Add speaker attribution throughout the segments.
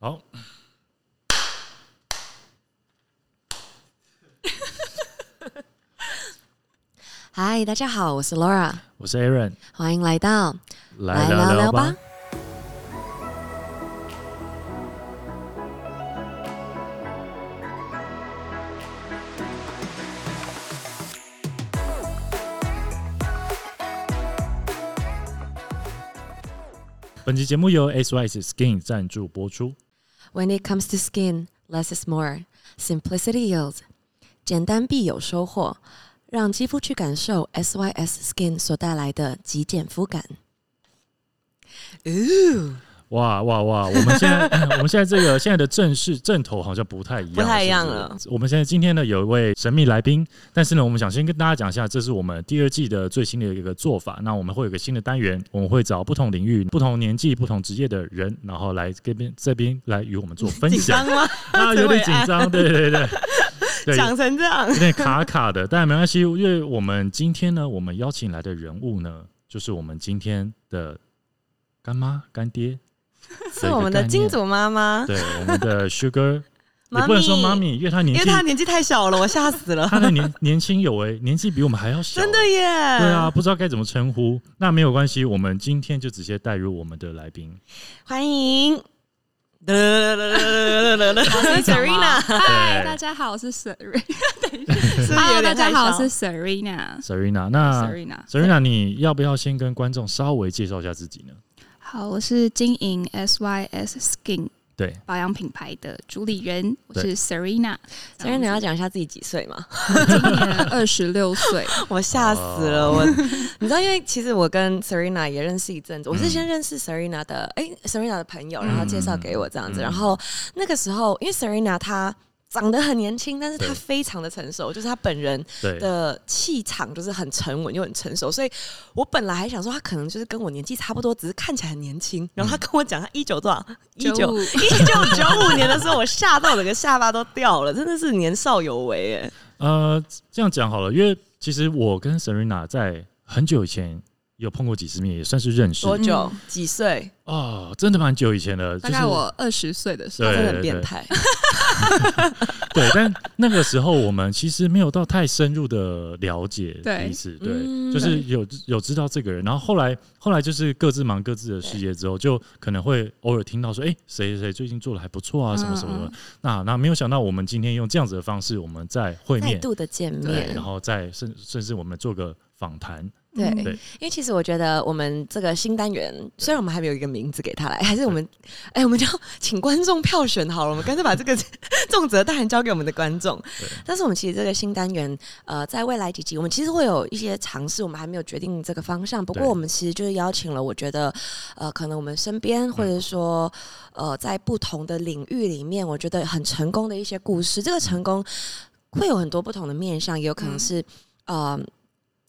Speaker 1: 好，
Speaker 2: 嗨，大家好，我是 Laura，
Speaker 1: 我是 Aaron，
Speaker 2: 欢迎来到
Speaker 1: 来聊聊吧。。本期节目由 SYS Skin 赞助播出。
Speaker 2: When it comes to skin, less is more. Simplicity yields. 简单必有收获，让肌肤去感受 SYS Skin 所带来的极简肤感。Ooh，
Speaker 1: 哇哇哇！我们现在 我们现在这个现在的正式正头好像不太一样，
Speaker 2: 不太一样
Speaker 1: 是不是
Speaker 2: 了。
Speaker 1: 我们现在今天呢有一位神秘来宾，但是呢，我们想先跟大家讲一下，这是我们第二季的最新的一个做法。那我们会有一个新的单元，我们会找不同领域、不同年纪、不同职业的人，然后来这边这边来与我们做分
Speaker 2: 紧
Speaker 1: 享
Speaker 2: 张吗？
Speaker 1: 啊，有点紧张，对对对。对，
Speaker 2: 讲成这样
Speaker 1: 有点卡卡的，但没关系，因为我们今天呢，我们邀请来的人物呢，就是我们今天的干妈干爹，
Speaker 2: 是我们的金主妈妈，
Speaker 1: 对我们的 Sugar，也
Speaker 2: 妈
Speaker 1: 不能说
Speaker 2: 咪
Speaker 1: 妈咪，因为她年
Speaker 2: 因为
Speaker 1: 纪，
Speaker 2: 她年纪太小了，我吓死了，
Speaker 1: 她的年年轻有为，年纪比我们还要 小，
Speaker 2: 真的耶。
Speaker 1: 对啊，不知道该怎么称呼，那没有关系，我们今天就直接带入我们的来 宾，
Speaker 2: 欢迎。 我
Speaker 3: 我是 Serena，嗨，
Speaker 1: 对
Speaker 3: 大家好，我是 Serena。
Speaker 2: 是
Speaker 3: Hello，大家好，我
Speaker 2: 是
Speaker 3: 是 Serena。
Speaker 1: Serena，那
Speaker 3: Serena，
Speaker 1: 啊 Serena，你要不要先跟观众稍微介绍一下自己呢？
Speaker 3: 好，我是经营 SYS Skin
Speaker 1: 对，
Speaker 3: 保养品牌的主理人，我
Speaker 1: 对
Speaker 3: 是 Serena。
Speaker 2: 所以你要讲一下自己几岁嘛？
Speaker 3: 今年二十 六岁，
Speaker 2: 我吓死了！我你知道，因为其实我跟 Serena 也认识一阵子，我是先认识 Serena 的，哎、s e r e n a 的朋友，然后介绍给我这样子。
Speaker 1: 嗯
Speaker 2: 然后那个时候，因为 Serena 她长得很年轻，但是她
Speaker 1: 对
Speaker 2: 非常的成熟，就是她本人
Speaker 1: 对，
Speaker 2: 的气场就是很沉稳又很成熟，所以我本来还想说她可能就是跟我年纪差不多，只是看起来很年轻。然后她跟我 讲她一九多少，一九
Speaker 3: 95
Speaker 2: 一九九五年的时候，我吓到整个下巴都掉了，真的是年少有为哎、
Speaker 1: 呃，这样讲好了，因为其实我跟 Serena 在很久以前有碰过几次面，也算是认识
Speaker 2: 多久？
Speaker 3: 嗯
Speaker 2: 几岁？
Speaker 1: 哦，真的蛮久以前的，
Speaker 3: 大
Speaker 1: 就
Speaker 3: 概
Speaker 1: 是
Speaker 3: 我二十岁的时
Speaker 1: 对
Speaker 3: 候，
Speaker 2: 他真的很变态。
Speaker 1: 对，但那个时候我们其实没有到太深入的了解
Speaker 3: 对
Speaker 1: 彼此，对，
Speaker 2: 嗯
Speaker 1: 就是有有知道这个人，然后后来后来就是各自忙各自的事业之后，就可能会偶尔听到说，哎、谁谁谁最近做的还不错啊，什么什么的。
Speaker 3: 嗯嗯
Speaker 1: 那那没有想到我们今天用这样子的方式，我们再会
Speaker 2: 再
Speaker 1: 面，
Speaker 2: 度的见
Speaker 1: 对，
Speaker 2: 面
Speaker 1: 然，后再甚甚至我们做个访谈，
Speaker 2: 对
Speaker 3: 嗯
Speaker 1: 对
Speaker 2: 因为其实我觉得我们这个新单元，虽然我们还没有一个名字给他来，还是我们，哎，我们就请观众票选好了，我们干脆把这个 重责大人交给我们的观众
Speaker 1: 对。
Speaker 2: 但是我们其实这个新单元，呃，在未来几集，我们其实会有一些尝试，我们还没有决定这个方向。不过
Speaker 1: 对
Speaker 2: 我们其实就是邀请了，我觉得，呃，可能我们身边或者
Speaker 1: 嗯
Speaker 2: 说，呃，在不同的领域里面，我觉得很成功的一些故事。这个成功会有很多不同的面向，也有可能
Speaker 3: 嗯
Speaker 2: 是，呃。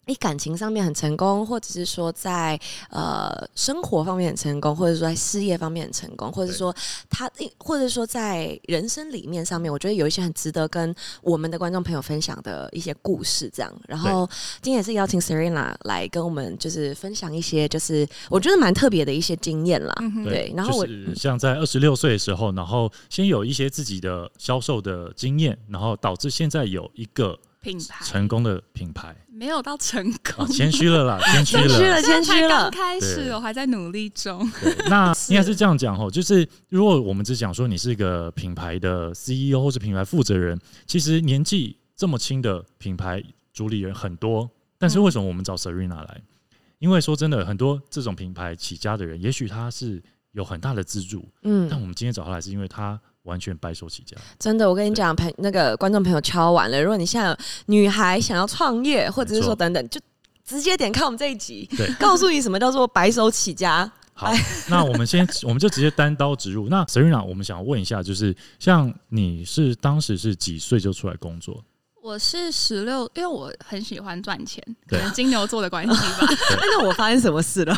Speaker 2: 你感情上面很成功，或者是说在呃生活方面很成功，或者说在事业方面很成功，或者
Speaker 1: 对
Speaker 2: 说他，或者说在人生理念上面，我觉得有一些很值得跟我们的观众朋友分享的一些故事，这样。然后今天也是邀请 Serena 来跟我们就是分享一些，就是我觉得蛮特别的一些经验啦。
Speaker 3: 嗯哼
Speaker 2: 对然后我
Speaker 1: 就是像在二十六岁的时候，然后先有一些自己的销售的经验，然后导致现在有一个
Speaker 3: 品牌
Speaker 1: 成功的品 牌。
Speaker 3: 没有到成
Speaker 1: 啊
Speaker 3: 功，
Speaker 1: 谦虚了啦，谦虚
Speaker 2: 谦虚
Speaker 1: 了。
Speaker 2: 了，谦虚
Speaker 3: 才刚
Speaker 2: 了。
Speaker 3: 开始，
Speaker 1: 对
Speaker 3: 我还在努力中。
Speaker 1: 对那
Speaker 2: 是
Speaker 1: 应该是这样讲吼，就是如果我们只讲说你是一个品牌的 CEO 或是品牌负责人，其实年纪这么轻的品牌主理人很多，但
Speaker 2: 嗯
Speaker 1: 是为什么我们找 Serena 来？因为说真的，很多这种品牌起家的人，也许他是有很大的资助，但
Speaker 2: 嗯，
Speaker 1: 我们今天找他来是因为他完全白手 起家。
Speaker 2: 真的，我跟你讲，朋那个观众朋友敲完了，如果你现在有女孩想要创业，或者是
Speaker 1: 没错
Speaker 2: 说等等，就直接点开我们这一集
Speaker 1: 对，
Speaker 2: 告诉你什么叫做白手起家。
Speaker 1: 好，那我们先， 我们就直接单刀直入。那 Serena，我们想问一下，就是像你是当时是几岁就出来工作？
Speaker 3: 我是十六，因为我很喜欢赚钱，可
Speaker 1: 对
Speaker 3: 能金牛座的关系 吧，
Speaker 2: 哎那我发生什么事了？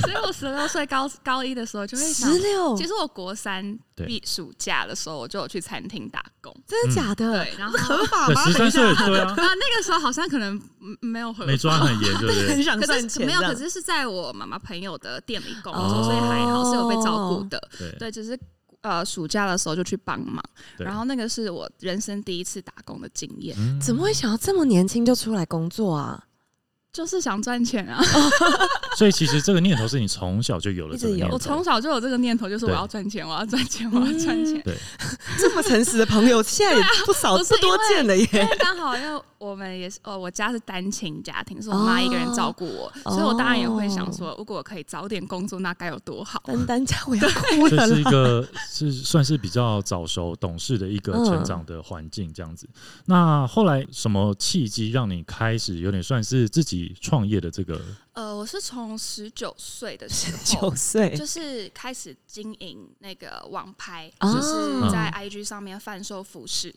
Speaker 3: 所以我十六岁高高一的时候就会 想
Speaker 2: 十，六，
Speaker 3: 其实我国三
Speaker 1: 哦对
Speaker 3: 毕暑假的时候，我就有去餐厅打工。
Speaker 2: 真的假
Speaker 1: 嗯
Speaker 2: 的？
Speaker 3: 对，然后
Speaker 2: 合法
Speaker 1: 对，
Speaker 2: 吗？
Speaker 1: 十三岁，对 啊，
Speaker 3: 啊，那个时候好像可能嗯没有合
Speaker 1: 没抓很严，对不
Speaker 2: 很
Speaker 1: 对？
Speaker 2: 想
Speaker 3: 可
Speaker 2: 赚
Speaker 3: 是
Speaker 2: 钱，
Speaker 3: 没有，
Speaker 2: 这样
Speaker 3: 可是是在我妈妈朋友的店里工作，
Speaker 2: 哦
Speaker 3: 所以还好是有被照顾的。
Speaker 1: 对，
Speaker 3: 对，只是呃暑假的时候就去帮忙，
Speaker 1: 对
Speaker 3: 然后那个是我人生第一次打工的经验，
Speaker 1: 嗯
Speaker 2: 怎么会想要这么年轻就出来工作 啊？
Speaker 3: 就是想赚钱啊！
Speaker 1: 所以其实这个念头是你从小就有了
Speaker 2: 一直
Speaker 1: 这个
Speaker 2: 有
Speaker 1: 念头，
Speaker 3: 我从小就有这个念头，就是我
Speaker 1: 对
Speaker 3: 要赚钱，我要赚钱，我要赚钱。
Speaker 2: 这么诚实的朋友，现在也不少
Speaker 3: 不是因为
Speaker 2: 见了耶。
Speaker 3: 因为 刚好因为我们也是哦，我家是单亲家庭，是我妈一个人照顾我，
Speaker 2: 哦
Speaker 3: 所以我当然也会想说，如果我可以早点工作，那该有多好。
Speaker 2: 单单家我要哭
Speaker 1: 这
Speaker 2: 了
Speaker 1: 是一
Speaker 2: 啦。
Speaker 1: 个是算是比较早熟懂事的一个
Speaker 2: 嗯
Speaker 1: 成长的环境，这样子。那后来什么契机让你开始有点算是自己创业的这个？
Speaker 3: 呃，我是从十九岁的时
Speaker 2: 十
Speaker 3: 候
Speaker 2: 九。岁
Speaker 3: 就是开始经营那个网拍，
Speaker 2: 啊
Speaker 3: 就是
Speaker 1: 嗯
Speaker 3: 在 IG 上面贩售服饰，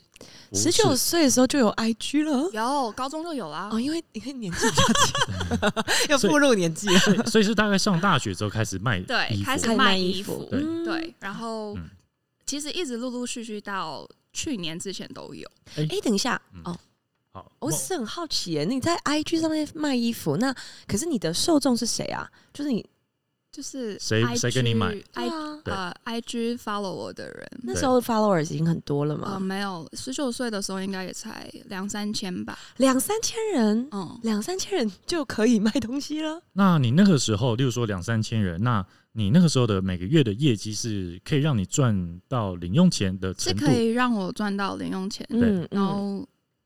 Speaker 2: 十九岁的时候就有 IG 了
Speaker 3: 有高中就有啦
Speaker 2: 哦，。因为因为年纪比较轻，
Speaker 1: 嗯
Speaker 2: 要
Speaker 1: 所以
Speaker 2: 步入年纪了。
Speaker 1: 所以所以是大概上大学之后开始卖
Speaker 3: 对
Speaker 1: 衣，服
Speaker 3: 开始
Speaker 2: 开卖
Speaker 3: 卖
Speaker 2: 衣
Speaker 3: 衣
Speaker 2: 服
Speaker 3: 服，
Speaker 1: 对
Speaker 2: 嗯
Speaker 3: 对，然后
Speaker 1: 嗯
Speaker 3: 其实一直陆陆续续到去年之前都有。
Speaker 2: 哎、等一下
Speaker 1: 嗯
Speaker 2: 哦，
Speaker 1: 好，
Speaker 2: 我是很好奇耶，你在 IG 上面卖衣服，那可是你的受众是谁啊？就是你
Speaker 3: 就是
Speaker 1: 谁
Speaker 3: IG
Speaker 1: 谁跟你买
Speaker 2: 对
Speaker 3: i
Speaker 2: 啊，
Speaker 1: 对
Speaker 3: 呃，IG follow 我的人，
Speaker 2: 那时候 followers 已经很多了
Speaker 3: 呃，
Speaker 2: 嘛，
Speaker 3: 没有，十九岁的时候应该也才两三千吧，
Speaker 2: 两、三千人，
Speaker 3: 嗯，
Speaker 2: 两三千人就可以 卖东西了。
Speaker 1: 那你那个时候，例如说两三千人，那你那个时候的每个月的业绩是可以让你赚到零用钱的
Speaker 3: 是
Speaker 1: 程度
Speaker 3: 可以让我赚到零用钱，
Speaker 1: 对
Speaker 2: 嗯
Speaker 3: 然后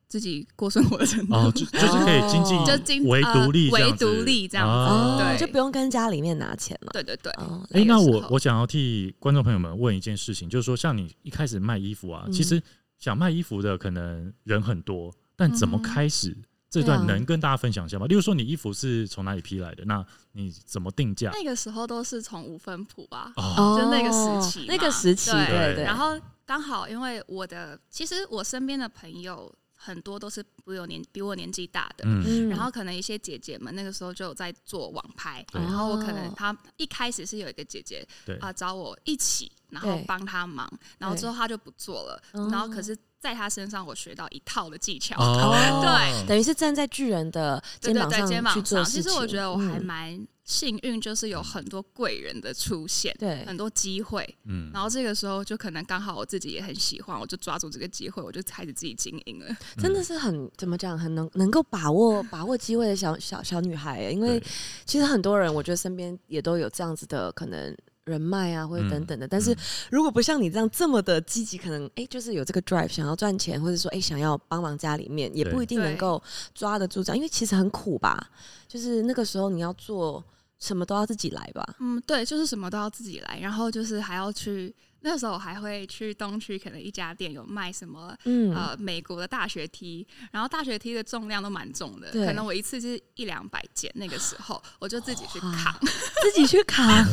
Speaker 3: 自己过生活的程度，
Speaker 1: 嗯 哦，就就是可以经济
Speaker 3: 就经
Speaker 1: 为独立这
Speaker 3: 呃、
Speaker 1: 样
Speaker 3: 唯
Speaker 1: 子
Speaker 3: 独立这样子，
Speaker 1: 哦
Speaker 2: 哦，
Speaker 3: 对
Speaker 2: 就不用跟家里面拿钱了。
Speaker 3: 对对对，
Speaker 2: 哦，
Speaker 1: 哎、
Speaker 3: 那个
Speaker 1: 那
Speaker 3: 时
Speaker 1: 我
Speaker 3: 候
Speaker 1: 我想要替观众朋友们问一件事情，就是说，像你一开始卖衣服啊，
Speaker 2: 嗯
Speaker 1: 其实想卖衣服的可能人很多，但怎么
Speaker 3: 嗯哼
Speaker 1: 开始、这
Speaker 2: 对啊
Speaker 1: 段能跟大家分享一下吗？例如说，你衣服是从哪里批来的？那你怎么定价？
Speaker 3: 那个时候都是从五分谱啊，
Speaker 1: 哦，
Speaker 2: 哦
Speaker 3: 就那个时期嘛
Speaker 2: 那个时期，对
Speaker 3: 对
Speaker 2: 对。
Speaker 1: 对
Speaker 3: 然后刚好因为我的，其实我身边的朋友很多都是比我年比我年纪大的，
Speaker 1: 嗯，
Speaker 2: 嗯
Speaker 3: 然后可能一些姐姐们那个时候就有在做网拍，
Speaker 1: 对
Speaker 3: 然后我可能
Speaker 2: 哦
Speaker 3: 她一开始是有一个姐姐
Speaker 1: 对
Speaker 3: 啊、找我一起，然后
Speaker 2: 对
Speaker 3: 帮她忙，然后之后她就不做了，
Speaker 2: 哦
Speaker 3: 然后可是在她身上我学到一套的技巧，
Speaker 1: 哦，
Speaker 2: 等于是站在巨人的肩
Speaker 3: 对对
Speaker 2: 膀
Speaker 3: 对，肩
Speaker 2: 上去
Speaker 3: 膀
Speaker 2: 做
Speaker 3: 上。
Speaker 2: 事情。
Speaker 3: 其实我觉得我还
Speaker 2: 嗯
Speaker 3: 蛮幸运，就是有很多贵人的出现。
Speaker 2: 对
Speaker 3: 很多机会，
Speaker 1: 嗯
Speaker 3: 然后这个时候就可能刚好我自己也很喜欢，我就抓住这个机会，我就开始自己经营了。
Speaker 2: 真
Speaker 1: 嗯
Speaker 2: 的是很怎么讲，很能能够把握把握机会的小小小女孩耶，因为
Speaker 1: 对
Speaker 2: 其实很多人，我觉得身边也都有这样子的可能人脉啊，或者等等的。但是
Speaker 1: 嗯
Speaker 2: 如果不像你这样这么的积极，可能哎、就是有这个 drive 想要赚钱，或者说哎、想要帮忙家里面，也
Speaker 1: 对
Speaker 2: 不一定能够抓得住这样，因为其实很苦吧。就是那个时候你要做什么都要自己来吧。
Speaker 3: 嗯，对，就是什么都要自己来，然后就是还要去。那时候我还会去东区，可能一家店有卖什么、
Speaker 2: 嗯，
Speaker 3: 呃美国的大学 T，然后大学 T 的重量都蛮重的，
Speaker 2: 对
Speaker 3: 可能我一次就是一两百件。那个时候我就自己去扛，
Speaker 2: 自己 去扛。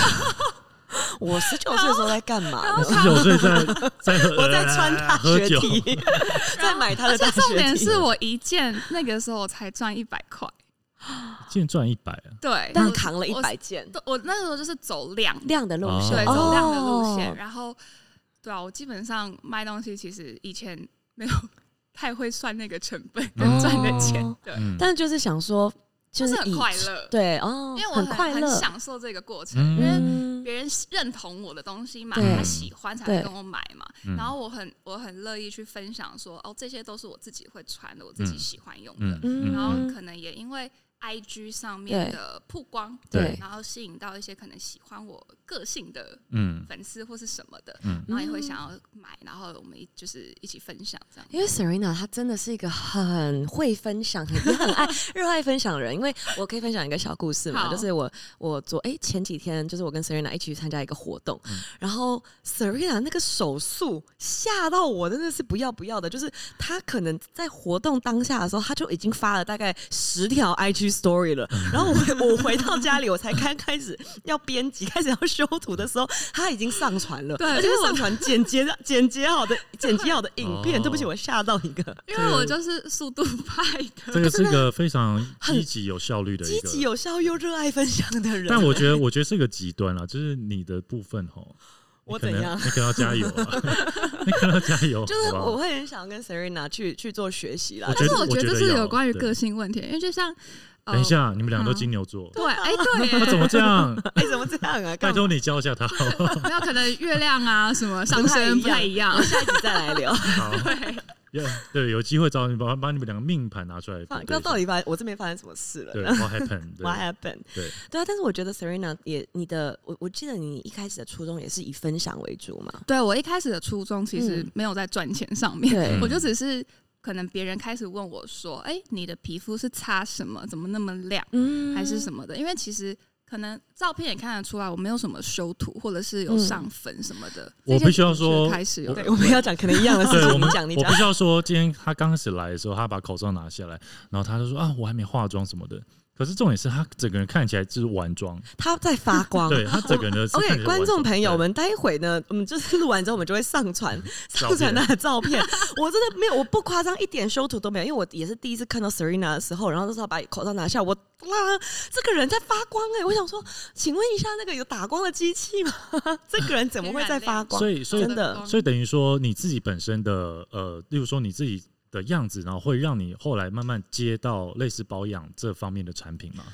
Speaker 2: 我十九岁的时候在干嘛呢？
Speaker 1: 十九岁在在喝
Speaker 2: 我在穿大
Speaker 1: 喝
Speaker 2: 学
Speaker 1: 酒
Speaker 2: 题， 在买他的
Speaker 3: 而且
Speaker 2: 大
Speaker 3: 重
Speaker 2: 学
Speaker 3: 点
Speaker 2: 题。
Speaker 3: 是我一件那个时候我才赚一百块，
Speaker 1: 竟然赚一百啊！
Speaker 3: 对，
Speaker 2: 但
Speaker 3: 我
Speaker 2: 扛了一
Speaker 3: 我
Speaker 2: 百件
Speaker 3: 我我那时候就是走量，
Speaker 2: 量的路
Speaker 1: 哦
Speaker 2: 线，
Speaker 3: 对，走量的路线，
Speaker 2: 哦
Speaker 3: 然后对啊，我基本上卖东西其实以前没有 太会算那个成本跟
Speaker 1: 哦
Speaker 3: 赚的钱，对，
Speaker 1: 嗯，
Speaker 2: 但就是想说，就
Speaker 3: 就是是很
Speaker 2: 以
Speaker 3: 快乐，
Speaker 2: 对哦，
Speaker 3: 因为我
Speaker 2: 很
Speaker 3: 很
Speaker 2: 快乐，
Speaker 3: 享受这个过程，
Speaker 1: 嗯
Speaker 3: 因为
Speaker 2: 嗯，
Speaker 3: 别人认同我的东西嘛，
Speaker 2: 对
Speaker 3: 他喜欢才
Speaker 2: 对
Speaker 3: 会跟我买嘛。
Speaker 1: 嗯
Speaker 3: 然后我很我很乐意去分享说，哦，这些都是我自己会穿的，我自己
Speaker 1: 嗯
Speaker 3: 喜欢用的
Speaker 1: 嗯。嗯
Speaker 3: 然
Speaker 1: 嗯
Speaker 3: 后可能也因为 I G 上面
Speaker 2: 对
Speaker 3: 的曝光，
Speaker 1: 对
Speaker 3: 然后吸引到一些可能喜欢我个性的
Speaker 1: 嗯
Speaker 3: 粉丝或是什么的，
Speaker 1: 嗯
Speaker 3: 然后也会想要买，然后我们一就是一起分享这样。
Speaker 2: 因为 Serena 她真的是一个很会分享、很也很爱、热爱分享的人。因为我可以分享一个小故事嘛，
Speaker 3: 好
Speaker 2: 就是我我昨哎、前几天就是我跟 Serena 一起去参加一个活动，然后 Serena 那个手速吓到我，真的是不要不要的。就是她可能在活动当下的时候，她就已经发了大概十条 IG Story 了。然后我回我回到家里，我才刚开始要编辑、 开始要修图的时候，她已经上传了，
Speaker 3: 对
Speaker 2: 而且是上传剪接的、剪接好的、剪辑好的影片。
Speaker 1: 哦
Speaker 2: 对不起，我吓到一个
Speaker 3: 因为我就是速度派的，
Speaker 1: 这个是个非常积极有效率的一
Speaker 2: 积
Speaker 1: 个
Speaker 2: 极、有效又热爱分享的人。
Speaker 1: 但我觉得，我觉得是个极端啦，就是你的部分吼，
Speaker 2: 我
Speaker 1: 你可
Speaker 2: 怎
Speaker 1: 能
Speaker 2: 样？
Speaker 1: 你可能要加油啊！你可能要加油，
Speaker 2: 就是
Speaker 1: 好不好
Speaker 2: 我会很想跟 Serena 去去做学习啦
Speaker 1: 我。觉
Speaker 3: 但
Speaker 1: 得
Speaker 3: 是我觉得这是
Speaker 1: 要
Speaker 3: 有关于
Speaker 1: 对
Speaker 3: 个性问题，因为就像，呃
Speaker 1: 等一，
Speaker 2: 哦
Speaker 1: 下，你们俩都
Speaker 3: 嗯
Speaker 1: 金牛座，
Speaker 3: 对，哎，对 耶，
Speaker 1: 那怎么这 样？
Speaker 2: 哎、怎么这样啊？
Speaker 1: 拜
Speaker 2: 干嘛
Speaker 1: 托你教一下他好不好，
Speaker 3: 没有可能月亮啊什么上升不太一样
Speaker 2: 我，们下一集再来聊。
Speaker 1: 好，有对，有机会找你把把你们两个命盘拿出来比 对一下，
Speaker 2: 那到底发我这边发生什么事了
Speaker 1: 对 what happened？对
Speaker 2: 啊？What happened？
Speaker 1: 对
Speaker 2: 对啊，但是我觉得 Serena 也，你的我我记得你一开始的初衷也是以分享为主嘛。
Speaker 3: 对我一开始的初衷其实
Speaker 2: 嗯
Speaker 3: 没有在赚钱上面，
Speaker 2: 对
Speaker 3: 我就只是可能别人开始问我说：“哎、你的皮肤是擦什么？怎么那么亮？
Speaker 2: 嗯
Speaker 3: 还是什么的？”因为其实可能照片也看得出来，我没有什么修图或者是有
Speaker 2: 嗯
Speaker 3: 上粉什么的。
Speaker 1: 我
Speaker 3: 这些
Speaker 1: 必须要
Speaker 3: 就
Speaker 1: 说
Speaker 3: 开始有
Speaker 2: 对，我们要讲可能一样的事
Speaker 1: 对，我
Speaker 2: 情，
Speaker 1: 们
Speaker 2: 你讲你
Speaker 1: 我
Speaker 2: 讲
Speaker 1: 必。须要说，今天他刚开始来的时候，他把口罩拿下来，然后他就说啊，我还没化妆什么的。可是重点是他整个人看起来就是完妆，
Speaker 2: 他在发光。
Speaker 1: 对他整个人 的是看起
Speaker 2: 哦 OK，
Speaker 1: 来完
Speaker 2: 观众
Speaker 1: 妆
Speaker 2: 朋友
Speaker 1: 对
Speaker 2: 们，待会呢，我们就是录完之后，我们就会上传
Speaker 1: 照
Speaker 2: 上
Speaker 1: 片
Speaker 2: 传他的照片。我真的没有，我不夸张，一点修图都没有，因为我也是第一次看到 Serena 的时候，然后那时候把口罩拿下，我啦，这个人在发光哎、我想说，请问一下，那个有打光的机器吗？ 这个人怎么会在发光？
Speaker 1: 所以所以
Speaker 2: 真的
Speaker 1: 所以等于说你自己本身的呃，例如说你自己的样子，然后会让你后来慢慢接到类似保养这方面的产品嘛？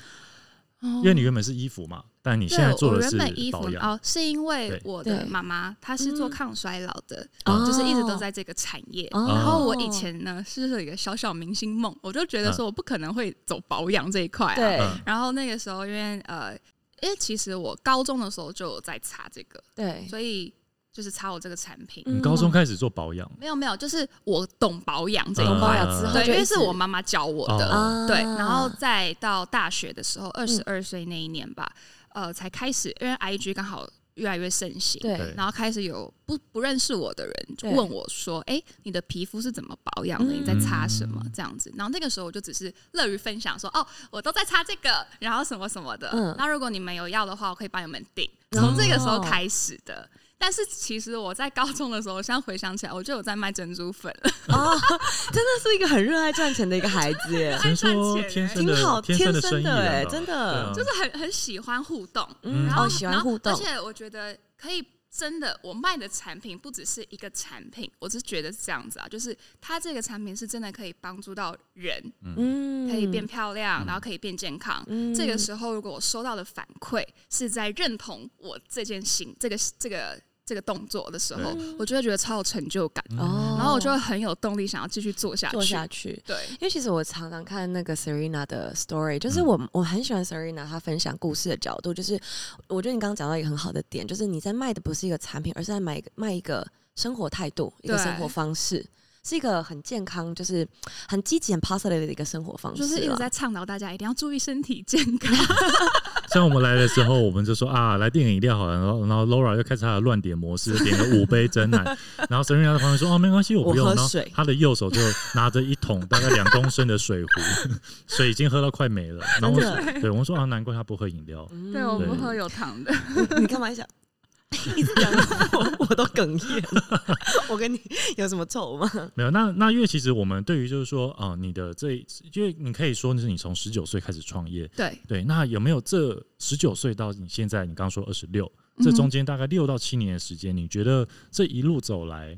Speaker 3: 因
Speaker 2: 哦
Speaker 1: 因为你原本是衣服嘛，但你
Speaker 3: 对
Speaker 1: 现在
Speaker 3: 我
Speaker 1: 做的
Speaker 3: 原
Speaker 1: 是
Speaker 3: 本衣服
Speaker 1: 保养，
Speaker 3: 哦，是因为
Speaker 1: 对
Speaker 3: 我的
Speaker 2: 对
Speaker 3: 妈妈她是
Speaker 2: 嗯
Speaker 3: 做抗衰老的，
Speaker 2: 哦
Speaker 3: 就是一直都在这个产业。
Speaker 2: 哦
Speaker 3: 然后我以前呢是有一个小小明星梦，我就觉得说我不可能会走保养这一块、啊，
Speaker 2: 对
Speaker 1: 嗯
Speaker 3: 然后那个时候，因为呃，因为其实我高中的时候就有在擦这个，
Speaker 2: 对
Speaker 3: 所以就是擦我这个产品。
Speaker 2: 嗯
Speaker 1: 你高中开始做保养，
Speaker 3: 没有没有，就是我懂保养这一
Speaker 1: 懂
Speaker 2: 嗯
Speaker 3: 块，
Speaker 1: 保养之后
Speaker 3: 对，
Speaker 2: 就
Speaker 3: 因为
Speaker 2: 一直啊
Speaker 3: 是我妈妈教我的。
Speaker 1: 哦
Speaker 3: 对，然后再到大学的时候，二
Speaker 2: 嗯
Speaker 3: 十二岁那一年吧，呃，才开始，因为 IG 刚好越来越盛行，
Speaker 1: 对
Speaker 3: 然后开始有不不认识我的人就
Speaker 2: 对
Speaker 3: 问我说：“哎、你的皮肤是怎么保养的？你在擦什么
Speaker 1: 嗯？”
Speaker 3: 这样子。然后那个时候我就只是乐于分享说：“哦，我都在擦这个，然后什么什么的。
Speaker 2: 嗯
Speaker 3: 那如果你们有要的话，我可以帮你们订。”从这个时候开始的。但是其实我在高中的时候，现在回想起来，我就有在卖珍珠粉了。
Speaker 2: 哦， 真的是一个很热爱赚钱的一个孩子耶，
Speaker 1: 只能说
Speaker 3: 赚
Speaker 1: 天
Speaker 3: 钱
Speaker 1: 生
Speaker 2: 挺好，
Speaker 1: 的
Speaker 2: 天
Speaker 1: 生的生
Speaker 2: 生
Speaker 1: 意
Speaker 2: 的
Speaker 1: 人
Speaker 2: 哎，
Speaker 1: 吧
Speaker 2: 真
Speaker 1: 对
Speaker 2: 的
Speaker 1: 啊
Speaker 3: 就是很很喜欢互动，
Speaker 1: 嗯
Speaker 3: 然后、
Speaker 2: 哦喜欢互动
Speaker 3: 然后而且我觉得可以真的，我卖的产品不只是一个产品，我是觉得是这样子啊，就是它这个产品是真的可以帮助到人，
Speaker 2: 嗯
Speaker 3: 可以变漂亮，
Speaker 1: 嗯
Speaker 3: 然后可以变健康。
Speaker 2: 嗯
Speaker 3: 这个时候，如果我收到的反馈是在认同我这件行这个这个这个动作的时候，我就会觉得超有成就感，
Speaker 2: 哦，
Speaker 3: 然后我就会很有动力想要继续做嗯下去。
Speaker 2: 做下去。
Speaker 3: 对，
Speaker 2: 因为其实我常常看那个 Serena 的 story，就是我、我很喜欢 Serena 她分享故事的角度，就是我觉得你刚刚讲到一个很好的点，就是你在卖的不是一个产品，而是在卖一个卖一个生活态度，一个
Speaker 3: 对
Speaker 2: 生活方式，是一个很健康，就是很积极、很 positive 的一个生活方式
Speaker 3: 就
Speaker 2: 啦。
Speaker 3: 哦是一啊直在倡导大家一定要注意身体健康。
Speaker 2: 嗯
Speaker 1: 像我们来的时候，我们就说啊，来订饮料好了。然后，然后 Laura 又开始她的乱点模式，点了五杯真奶。 然后 Serena 在旁边说：“哦，没关系，我不用。”
Speaker 2: 我喝
Speaker 1: 然后
Speaker 2: 水
Speaker 1: 她的右手就拿着一桶大概两公升的 水壶，水已经喝到快没了。然后我
Speaker 2: 真的
Speaker 1: 对我们说啊，难怪她不喝饮料。
Speaker 2: 嗯
Speaker 3: 对，我
Speaker 1: 们
Speaker 3: 不
Speaker 1: 对
Speaker 3: 喝有糖的。
Speaker 2: 你干嘛想？ 一直讲我，我都哽咽了。 我跟你有什么仇吗？
Speaker 1: 没有，那那因为其实我们对于就是说啊、你的这因为你可以说是你从十九岁开始创业，
Speaker 3: 对，
Speaker 1: 对，那有没有这十九岁到你现在，你刚刚说二十六，
Speaker 3: 嗯
Speaker 1: 这中间大概六到七年的时间，你觉得这一路走来，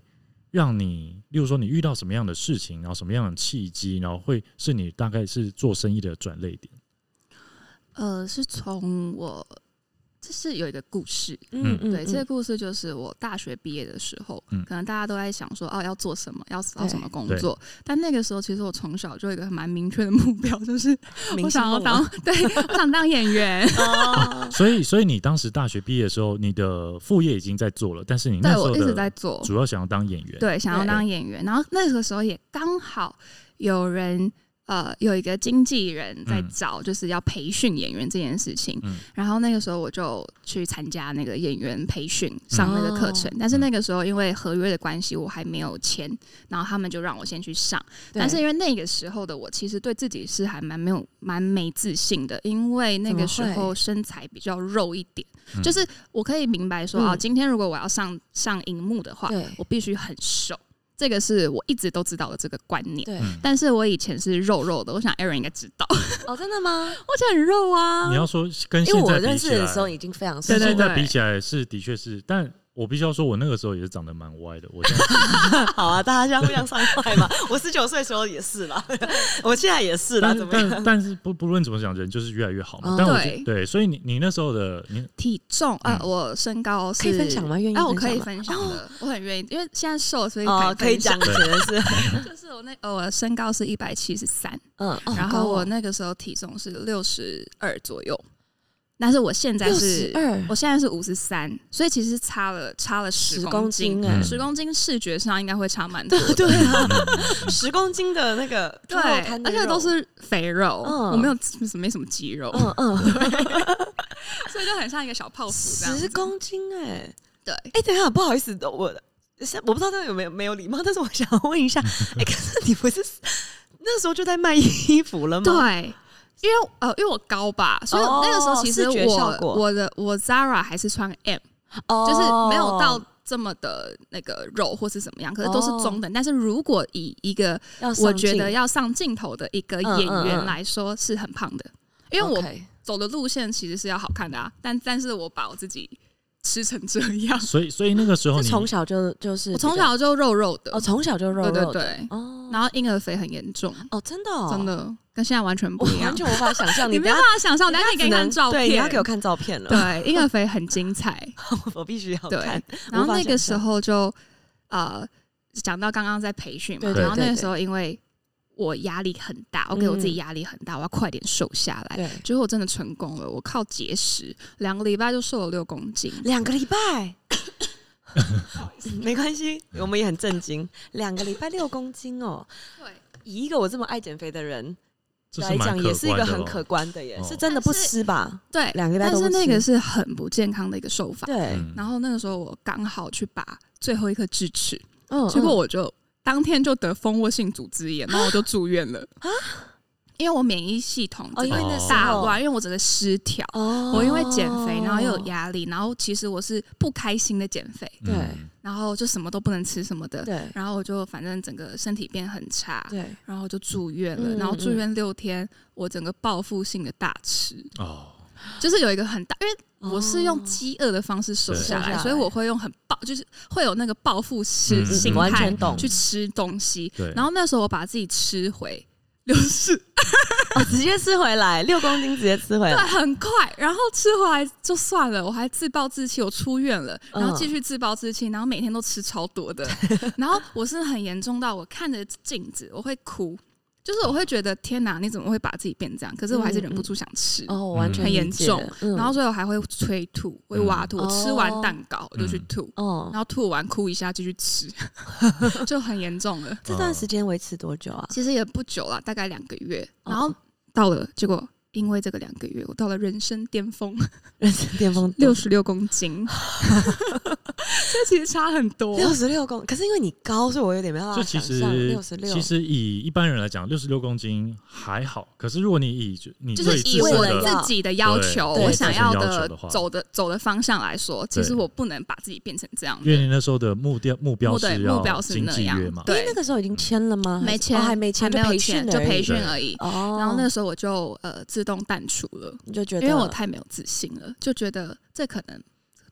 Speaker 1: 让你，例如说你遇到什么样的事情，然后什么样的契机，然后会是你大概是做生意的转类点？
Speaker 3: 呃，是从我这是有一个故事，
Speaker 1: 嗯
Speaker 3: 对，这个故事就是我大学毕业的时候，
Speaker 1: 嗯
Speaker 3: 可能大家都在想说哦要做什么，要找什么工
Speaker 1: 对
Speaker 3: 作，但那个时候其实我从小就有一个蛮明确的目标，就是我
Speaker 2: 嗯明星
Speaker 3: 想要
Speaker 2: 梦吗
Speaker 3: 当，对我想当演员。
Speaker 2: 哦，
Speaker 1: 所以，所以你当时大学毕业的时候，你的副业已经在做了，但是你 那
Speaker 3: 对
Speaker 1: 时候
Speaker 3: 我一直在
Speaker 1: 的
Speaker 3: 做，
Speaker 1: 主要想要当演员，
Speaker 3: 对，想要
Speaker 2: 对
Speaker 3: 当演员。然后那个时候也刚好有人呃有一个经纪人在
Speaker 1: 嗯
Speaker 3: 找，就是要培训演员这件事情。
Speaker 1: 嗯
Speaker 3: 然后那个时候我就去参加那个演员培训，上那个课程。
Speaker 2: 哦
Speaker 1: 嗯
Speaker 3: 但是那个时候因为合约的关系，我还没有签，然后他们就让我先去上。但是因为那个时候的我，其实对自己是还蛮没有蛮没自信的，因为那个时
Speaker 2: 怎么
Speaker 3: 候
Speaker 2: 会
Speaker 3: 身材比较肉一点，
Speaker 1: 嗯
Speaker 3: 就是我可以明白说
Speaker 2: 嗯
Speaker 3: 啊，今天如果我要上上荧幕的话
Speaker 2: 对，
Speaker 3: 我必须很瘦，这个是我一直都知道的这个观念。
Speaker 2: 对，
Speaker 1: 嗯
Speaker 3: 但是我以前是肉肉的，我想 Aaron 应该知道，
Speaker 2: 哦，真的吗？
Speaker 3: 我以前很肉啊
Speaker 1: 你。要说跟
Speaker 2: 因为
Speaker 1: 现
Speaker 2: 我
Speaker 1: 在
Speaker 2: 认
Speaker 1: 比
Speaker 2: 识
Speaker 1: 起
Speaker 2: 的
Speaker 1: 来，
Speaker 2: 时候已经非常瘦
Speaker 1: 跟
Speaker 3: 对对
Speaker 1: 现
Speaker 3: 对
Speaker 1: 在比起来是的确是，但我必须要说，我那个时候也是长得蛮歪的。我现在
Speaker 2: 好啊，大家这样互相伤害嘛。我十九岁时候也是啦，我现在也是啦，
Speaker 1: 但
Speaker 2: 怎
Speaker 1: 是
Speaker 2: 么
Speaker 1: 但
Speaker 2: 样？
Speaker 1: 但是不不论怎么讲，人就是越来越好嘛。
Speaker 2: 哦
Speaker 1: 但我
Speaker 3: 对
Speaker 1: 觉对，所以你你那时候的你
Speaker 3: 体重呃，
Speaker 1: 嗯
Speaker 3: 我身高是
Speaker 2: 可以分享吗愿意
Speaker 3: 啊，我
Speaker 2: 分享
Speaker 3: 可以
Speaker 2: 吗
Speaker 3: 分享的，我很愿意，因为现在瘦，所以
Speaker 2: 哦，可以
Speaker 3: 分享
Speaker 2: 讲，。真的 是，
Speaker 3: 就是我那呃，我身高是一百七十三，
Speaker 2: 嗯，哦
Speaker 3: 然后我那个时候体重是六十二左右，但是我现在
Speaker 2: 六
Speaker 3: 是
Speaker 2: 十二
Speaker 3: 我现在是五十三，所以其实差了差了十
Speaker 2: 十
Speaker 3: 公
Speaker 2: 公
Speaker 3: 斤，
Speaker 2: 斤哎
Speaker 1: 嗯，
Speaker 3: 十公斤视觉上应该会差蛮多的。
Speaker 2: 对啊，十公斤的那个猪
Speaker 3: 对
Speaker 2: 肉摊，的
Speaker 3: 而且
Speaker 2: 肉
Speaker 3: 都是肥肉，
Speaker 2: 嗯
Speaker 3: 我没有什没什么肌肉，
Speaker 2: 嗯嗯，
Speaker 3: 所以就很像一个小泡芙这样
Speaker 2: 十
Speaker 3: 子。
Speaker 2: 公斤哎、
Speaker 3: 对，
Speaker 2: 哎、等一下，不好意思，我是我不知道这有没有没有礼貌，但是我想 问一下，哎、可是你不是 那时候就在卖衣服了吗？
Speaker 3: 对，啊因为呃，因为我高吧，所以
Speaker 2: 哦
Speaker 3: 那个时候其实
Speaker 2: 视觉效
Speaker 3: 我
Speaker 2: 果
Speaker 3: 我的我 Zara 还是穿 M，
Speaker 2: 哦
Speaker 3: 就是没有到这么的那个肉或是怎么样，可是都是
Speaker 2: 哦
Speaker 3: 中等。但是如果以一个
Speaker 2: 要呃上
Speaker 3: 我觉得
Speaker 2: 镜
Speaker 3: 要上镜头的一个
Speaker 2: 嗯
Speaker 3: 演
Speaker 2: 嗯
Speaker 3: 员
Speaker 2: 嗯
Speaker 3: 来说是很胖的，因为我
Speaker 2: OK
Speaker 3: 走的路线其实是要好看的啊，但但是我把我自己吃成这 样，
Speaker 1: 所以所以那个时候
Speaker 2: 就
Speaker 1: 你
Speaker 2: 从小就就是
Speaker 3: 我
Speaker 2: 比较
Speaker 3: 从小就肉肉的，
Speaker 2: 哦从小就肉
Speaker 3: 对
Speaker 2: 肉的
Speaker 3: 对对，
Speaker 2: 哦
Speaker 3: 然后婴儿肥很严重，
Speaker 2: 哦真的、哦、
Speaker 3: 真的跟现在完全
Speaker 2: 我
Speaker 3: 不一样
Speaker 2: 完。全无法想 象，
Speaker 3: 你
Speaker 2: 不
Speaker 3: 没有
Speaker 2: 要
Speaker 3: 办法想象，我等一下可以给你看照片。
Speaker 2: 对，你要给我看照片了，
Speaker 3: 对，婴儿肥很精 彩。
Speaker 2: 我必须要
Speaker 3: 对
Speaker 2: 看。
Speaker 3: 然后那个时
Speaker 2: 候，
Speaker 3: 候就呃，讲到刚刚在培训嘛
Speaker 2: 对，
Speaker 1: 对
Speaker 3: 然后那
Speaker 2: 对
Speaker 3: 个
Speaker 2: 对嗯
Speaker 3: 时候因为我压力很大，我给我自己压力很大，我要快点瘦下来。
Speaker 2: 对，
Speaker 3: 结果我真的成功了，我靠节食，两个礼拜就瘦了六公斤。
Speaker 2: 两个礼拜。没关系，我们也很震惊。两个礼拜六公斤哦，
Speaker 3: 对，
Speaker 2: 以一个我这么爱减肥的人
Speaker 1: 这是
Speaker 2: 来
Speaker 1: 蛮
Speaker 2: 讲，
Speaker 1: 可
Speaker 2: 也是一个
Speaker 1: 观的
Speaker 2: 很
Speaker 1: 哦
Speaker 2: 可观的耶，
Speaker 1: 哦
Speaker 2: 是真的不吃吧？
Speaker 3: 对，
Speaker 2: 两个礼拜
Speaker 3: 但
Speaker 2: 都不
Speaker 3: 是
Speaker 2: 吃
Speaker 3: 那个是很不健康的一个瘦法。
Speaker 2: 对，
Speaker 1: 嗯
Speaker 3: 然后那个时候我刚好去拔最后一颗智齿，
Speaker 2: 嗯
Speaker 3: 结果我就当天就得蜂窝性组织炎，然后我就住院 了啊，因为我免疫系统
Speaker 2: 哦，
Speaker 3: 整
Speaker 2: 因
Speaker 3: 个
Speaker 2: 为那时
Speaker 3: 大
Speaker 2: 候
Speaker 3: 乱，因为我整个失调。
Speaker 2: 哦，
Speaker 3: 我因为减肥，然后又有压力，然后其实我是不开心的减肥，
Speaker 2: 对
Speaker 1: 嗯
Speaker 3: 然后就什么都不能吃什么的，
Speaker 2: 对
Speaker 3: 然后我就反正整个身体变很差，
Speaker 2: 对，
Speaker 3: 然后就住院了，
Speaker 2: 嗯
Speaker 3: 然后住院六天，我整个报复性的大吃，
Speaker 1: 哦，
Speaker 3: 就是有一个很大，因为。我是用
Speaker 2: 哦
Speaker 3: 饥饿的方式瘦
Speaker 1: 对
Speaker 3: 下
Speaker 2: 瘦下
Speaker 3: 来，
Speaker 2: 来
Speaker 3: 所以我会用很暴，就是会有那个报复式
Speaker 1: 嗯嗯嗯
Speaker 3: 心
Speaker 2: 完
Speaker 3: 态
Speaker 2: 全懂
Speaker 3: 去吃东西。
Speaker 1: 对，
Speaker 3: 然后那时候我把自己吃回六十
Speaker 2: 哦，直接吃回来，六公斤直接吃回
Speaker 3: 对，
Speaker 2: 来，
Speaker 3: 很快。然后吃回来就算了，我还自暴自弃，我出院了，
Speaker 2: 嗯
Speaker 3: 然后继续自暴自弃，然后每天都吃超 多的。然后我是很严重到我看着镜子我会哭，就是我会觉得天哪，你怎么会把自己变这样？可是我还是忍不住想吃。
Speaker 2: 哦，完全
Speaker 3: 很严
Speaker 2: 理解
Speaker 3: 重，
Speaker 2: 嗯
Speaker 3: 然后所以我还会催吐，会挖吐。
Speaker 2: 嗯
Speaker 3: 我吃完蛋糕我就去吐，
Speaker 2: 哦
Speaker 3: 然，后吐完哭一下继续 吃，就很严重了。
Speaker 2: 这段时间维持多久啊？
Speaker 3: 其实也不久了，大概两个月。
Speaker 2: 哦
Speaker 3: 然后到了，结果因为这个两个月，我到了人生巅峰。
Speaker 2: 人生巅峰
Speaker 3: 六十六公斤， 这其实差很多。
Speaker 2: 六十六公，可是因为你高，所以我有点没办
Speaker 1: 这
Speaker 2: 法
Speaker 1: 其
Speaker 2: 想
Speaker 1: 实
Speaker 2: 象六十六
Speaker 1: 其。实以一般人来讲，六十六公斤还好，可是如果你以你
Speaker 3: 就
Speaker 1: 对
Speaker 3: 是
Speaker 1: 自
Speaker 3: 以
Speaker 1: 身
Speaker 3: 我
Speaker 1: 的
Speaker 3: 自己的要求，
Speaker 2: 对
Speaker 3: 我想要
Speaker 1: 对自己的要求
Speaker 3: 的
Speaker 1: 的话
Speaker 3: 走的走的方向来说，其实
Speaker 1: 对
Speaker 3: 我不能把自己变成这样
Speaker 1: 因为
Speaker 3: 的。
Speaker 1: 你那时候的目标目标
Speaker 3: 对
Speaker 1: 是
Speaker 3: 目标
Speaker 1: 要
Speaker 3: 是
Speaker 1: 经
Speaker 3: 那
Speaker 1: 济
Speaker 3: 样
Speaker 1: 约嘛，
Speaker 3: 对
Speaker 2: 哎那个时候已经签了吗？还
Speaker 3: 没
Speaker 2: 是
Speaker 3: 签，
Speaker 2: 哦还没签，
Speaker 3: 还没有
Speaker 2: 培
Speaker 3: 钱，
Speaker 2: 训
Speaker 3: 就
Speaker 2: 而已
Speaker 3: 培训而已。
Speaker 2: 哦。
Speaker 3: 然后那时候我就呃自动淡出了，
Speaker 2: 你就觉得，
Speaker 3: 因为我太没有自信了，就觉得这可能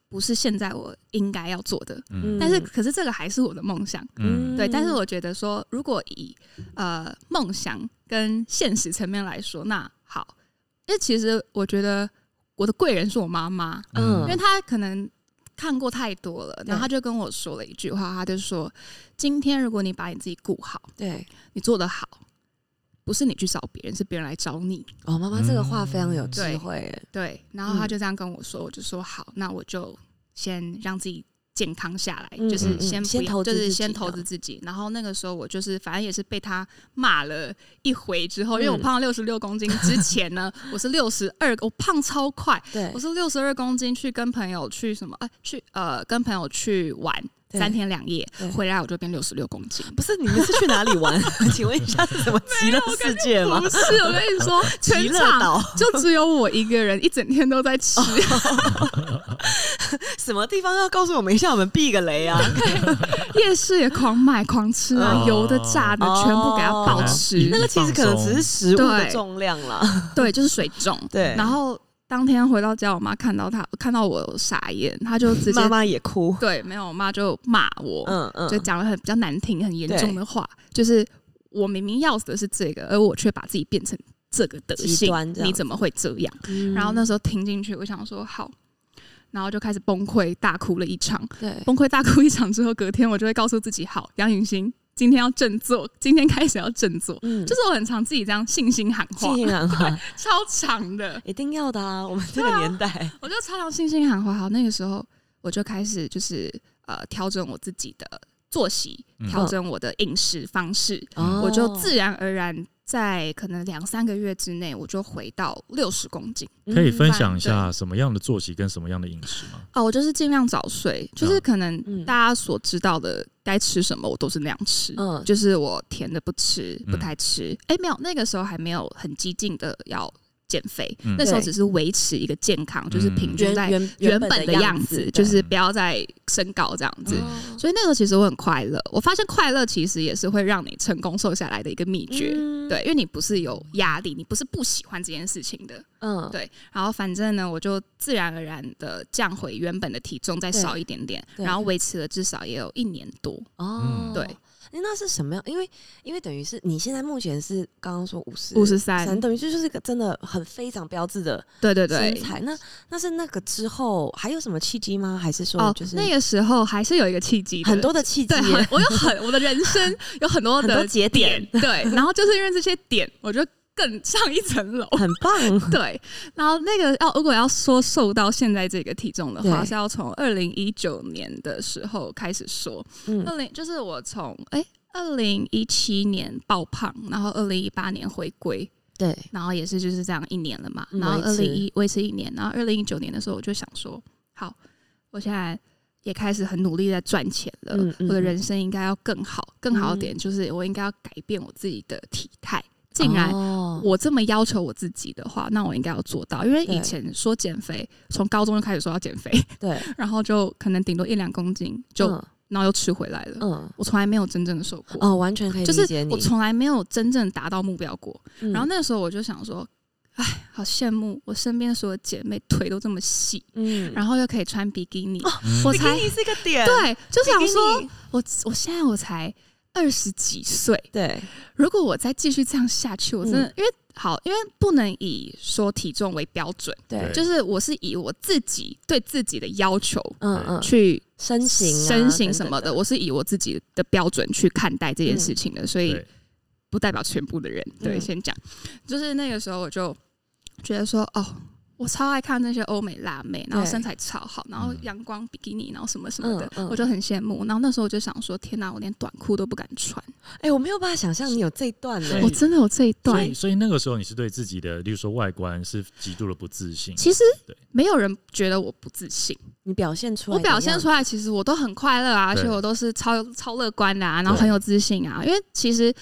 Speaker 3: 不是现在我应该要做的。
Speaker 1: 嗯
Speaker 3: 但是，
Speaker 2: 嗯
Speaker 3: 可是这个还是我的梦想。
Speaker 1: 嗯
Speaker 3: 对，
Speaker 2: 嗯
Speaker 3: 但是我觉得说，如果以呃梦想跟现实层面来说，那好，因为其实我觉得我的贵人是我妈妈，
Speaker 2: 嗯
Speaker 3: 因为她可能看过太多了，然后她就跟我说了一句话，她就说：今天如果你把你自己顾好，
Speaker 2: 对
Speaker 3: 你做得好，不是你去找别人，是别人来找你。
Speaker 2: 哦，妈妈这个话非常有智
Speaker 3: 对
Speaker 2: 慧耶，
Speaker 3: 对，然后她
Speaker 2: 嗯
Speaker 3: 就这样跟我说，我就说好，那我就先让自己。健康下来，
Speaker 2: 嗯
Speaker 3: 就是
Speaker 1: 嗯嗯
Speaker 3: 先不
Speaker 2: 先
Speaker 3: 要
Speaker 2: 投资
Speaker 3: 就是
Speaker 2: 自
Speaker 3: 先
Speaker 2: 己啊
Speaker 3: 投
Speaker 2: 这
Speaker 3: 资
Speaker 2: 样
Speaker 3: 自己。然后那个时候我就是，反正也是被他骂了一回之后，因为我
Speaker 2: 嗯
Speaker 3: 胖到六十六公斤之前呢，我是六十二，我胖超快，
Speaker 2: 对
Speaker 3: 我，是六十二公斤去跟朋友去什么，呃，去呃跟朋友去玩
Speaker 2: 对
Speaker 3: 三天两夜
Speaker 2: 对，
Speaker 3: 回来我就变六十六公斤。
Speaker 2: 不是你们是去哪里玩？ 请问一下是什么极乐世界吗
Speaker 3: 不？是，我跟你说，
Speaker 2: 极
Speaker 3: 全
Speaker 2: 乐
Speaker 3: 场
Speaker 2: 岛
Speaker 3: 就只有我一个人，一整天都在吃。
Speaker 2: 什么地方要告诉我们一下？我们避个雷 啊！
Speaker 3: 夜市也狂买狂吃啊，
Speaker 1: 哦
Speaker 3: 油的炸的全部给它
Speaker 1: 可
Speaker 3: 暴
Speaker 1: 能
Speaker 3: 吃
Speaker 2: 哦
Speaker 1: 以
Speaker 2: 那，个其实可能只是食物的
Speaker 3: 对
Speaker 2: 重量啦。
Speaker 3: 对，就是水肿。
Speaker 2: 对，
Speaker 3: 然后当天回到家，我妈看到她看到我傻眼，她就 直接
Speaker 2: 妈妈也哭，
Speaker 3: 对，没有，我妈就骂我，
Speaker 2: 嗯嗯，
Speaker 3: 就讲了很比较难听、很严重的话，就是我明明要的是这个，而我却把自己变成这个德
Speaker 2: 极
Speaker 3: 性
Speaker 2: 端，这样
Speaker 3: 你怎么会这样？
Speaker 2: 嗯
Speaker 3: 然后那时候听进去，我想说好，然后就开始崩溃大哭了一场。
Speaker 2: 对，
Speaker 3: 崩溃大哭一场之后，隔天我就会告诉自己，好，杨云欣，今天要振作，今天开始要振作。
Speaker 2: 嗯
Speaker 3: 就是我很常自己这样信心喊话
Speaker 2: 信，心喊话
Speaker 3: 超长的，
Speaker 2: 一定要的啊，我们这个年代，
Speaker 3: 我就超常信心喊话。好，那个时候我就开始就是呃调整我自己的作息
Speaker 1: 嗯，
Speaker 3: 调整我的饮食方式，
Speaker 1: 嗯
Speaker 2: 哦
Speaker 3: 啊我就自然而然在可能两三个月之内，我就回到六十公斤。
Speaker 1: 可以分
Speaker 3: 嗯
Speaker 1: 享一
Speaker 3: 对
Speaker 1: 下什么样的作息跟什么样的饮食吗？
Speaker 3: 哦，我就是尽量早睡，就是
Speaker 1: 嗯
Speaker 3: 可能
Speaker 2: 嗯
Speaker 3: 大家所知道的该吃什么，我都是那样吃。
Speaker 2: 嗯
Speaker 3: 就是我甜的不吃，不
Speaker 1: 嗯
Speaker 3: 太吃。哎、没有，那个时候还没有很激进的要减肥，
Speaker 1: 嗯
Speaker 3: 那时候
Speaker 2: 对
Speaker 3: 只是维持一个健康，就是平均在
Speaker 2: 原原
Speaker 3: 原
Speaker 2: 本
Speaker 3: 本
Speaker 2: 的
Speaker 3: 的样
Speaker 2: 子
Speaker 3: 子，，就
Speaker 2: 对
Speaker 1: 嗯
Speaker 3: 是不要再升高这样子。
Speaker 2: 哦
Speaker 3: 所以那时候其实我很快乐，我发现快乐其实也是会让你成功瘦下来的一个秘诀。
Speaker 2: 嗯
Speaker 3: 对，因为你不是有压力，你不是不喜欢这件事情的，
Speaker 2: 嗯
Speaker 3: 对。然后反正呢，我就自然而然的降回原本的体重，再
Speaker 2: 对
Speaker 3: 少一点点，
Speaker 2: 对
Speaker 3: 然后维持了至少也有一年多。
Speaker 2: 哦，
Speaker 3: 对
Speaker 2: 诶。那是什么样？因为因为等于是你现在目前是刚刚说五十
Speaker 3: 五十三
Speaker 2: 三，，等于这就是一个真的很非常标志的
Speaker 3: 对对
Speaker 2: 身
Speaker 3: 对。
Speaker 2: 材。那那是那个之后还有什么契机吗？还是说
Speaker 3: 哦
Speaker 2: 就是，
Speaker 3: 那个时候还是有一个契机的，
Speaker 2: 很多的契机
Speaker 3: 对，
Speaker 2: 耶，
Speaker 3: 很我有很我的人生有很多
Speaker 2: 很多
Speaker 3: 的
Speaker 2: 节点，
Speaker 3: 对，然后就是因为这些点，我就更上一层楼。
Speaker 2: 很棒。
Speaker 3: 对，然后那个要如果要说瘦到现在这个体重的话，
Speaker 2: 对
Speaker 3: 是要从二零一九年的时候开始说。
Speaker 2: 嗯
Speaker 3: 二零就是我从哎二零一七年爆胖，然后二零一八年回归，
Speaker 2: 对，
Speaker 3: 然后也是就是这样一年了嘛。
Speaker 2: 嗯
Speaker 3: 然后
Speaker 2: 维
Speaker 3: 二
Speaker 2: 持
Speaker 3: 零一维持一年，然后二零一九年的时候我就想说，好，我现在也开始很努力在赚钱了，
Speaker 2: 嗯嗯
Speaker 3: 我的
Speaker 2: 嗯
Speaker 3: 人生应该要更好，更好一点，就是我应该要改变我自己的体态。竟然
Speaker 2: 哦
Speaker 3: 我这么要求我自己的话，那我应该要做到，因为
Speaker 2: 对
Speaker 3: 以前说减肥，从高中就开始说要减肥，
Speaker 2: 对，
Speaker 3: 然后就可能顶多一两公斤，就、
Speaker 2: 嗯
Speaker 3: 然后又吃回来了。
Speaker 2: 嗯
Speaker 3: 我从来没有真正的瘦过，
Speaker 2: 哦，完全可以
Speaker 3: 就是
Speaker 2: 理解
Speaker 3: 我
Speaker 2: 你。
Speaker 3: 从来没有真正达到目标过。
Speaker 2: 嗯
Speaker 3: 然后那个时候我就想说，哎，好羡慕我身边所有姐妹腿都这么细，
Speaker 2: 嗯
Speaker 3: 然后又可以穿比基尼，
Speaker 1: 嗯
Speaker 3: 我才
Speaker 2: 是个点
Speaker 3: 对，就想说
Speaker 2: 比基尼
Speaker 3: 我我现在我才二十几岁，
Speaker 2: 对
Speaker 3: 如果我再继续这样下去，我
Speaker 2: 嗯
Speaker 3: 真的、因为好，因为不能以说体重为标准，
Speaker 2: 对，
Speaker 1: 对
Speaker 3: 就是我是以我自己对自己的要求
Speaker 2: 嗯嗯，
Speaker 3: 去
Speaker 2: 身形啊
Speaker 3: 身形
Speaker 2: 等
Speaker 3: 什
Speaker 2: 等
Speaker 3: 么的，我是以我自己的标准去看待这件事情的，所以
Speaker 1: 对，
Speaker 3: 不代表全部的人。对，
Speaker 2: 嗯
Speaker 3: 先讲，就是那个时候我就觉得说，哦。我超爱看那些欧美辣妹，然后
Speaker 2: 对
Speaker 3: 身材超好，然后阳光比基尼，然后什么什么的，
Speaker 2: 嗯嗯
Speaker 3: 我就很羡慕。然后那时候我就想说，天哪，我连短裤都不敢穿，
Speaker 2: 哎、我没有办法想象你有这一段呢、
Speaker 1: 所以
Speaker 3: 我真的有这一段
Speaker 1: 所。以所以那个时候你是对自己的，例如说外观是极度的不自信。
Speaker 3: 其实
Speaker 1: 对
Speaker 3: 没有人觉得我不自信，
Speaker 2: 你表现出来，
Speaker 3: 我表现出来其实我都很快乐啊，而
Speaker 1: 对
Speaker 3: 且我都是超超乐观的啊，然后
Speaker 1: 对
Speaker 3: 很有自信啊。因为其实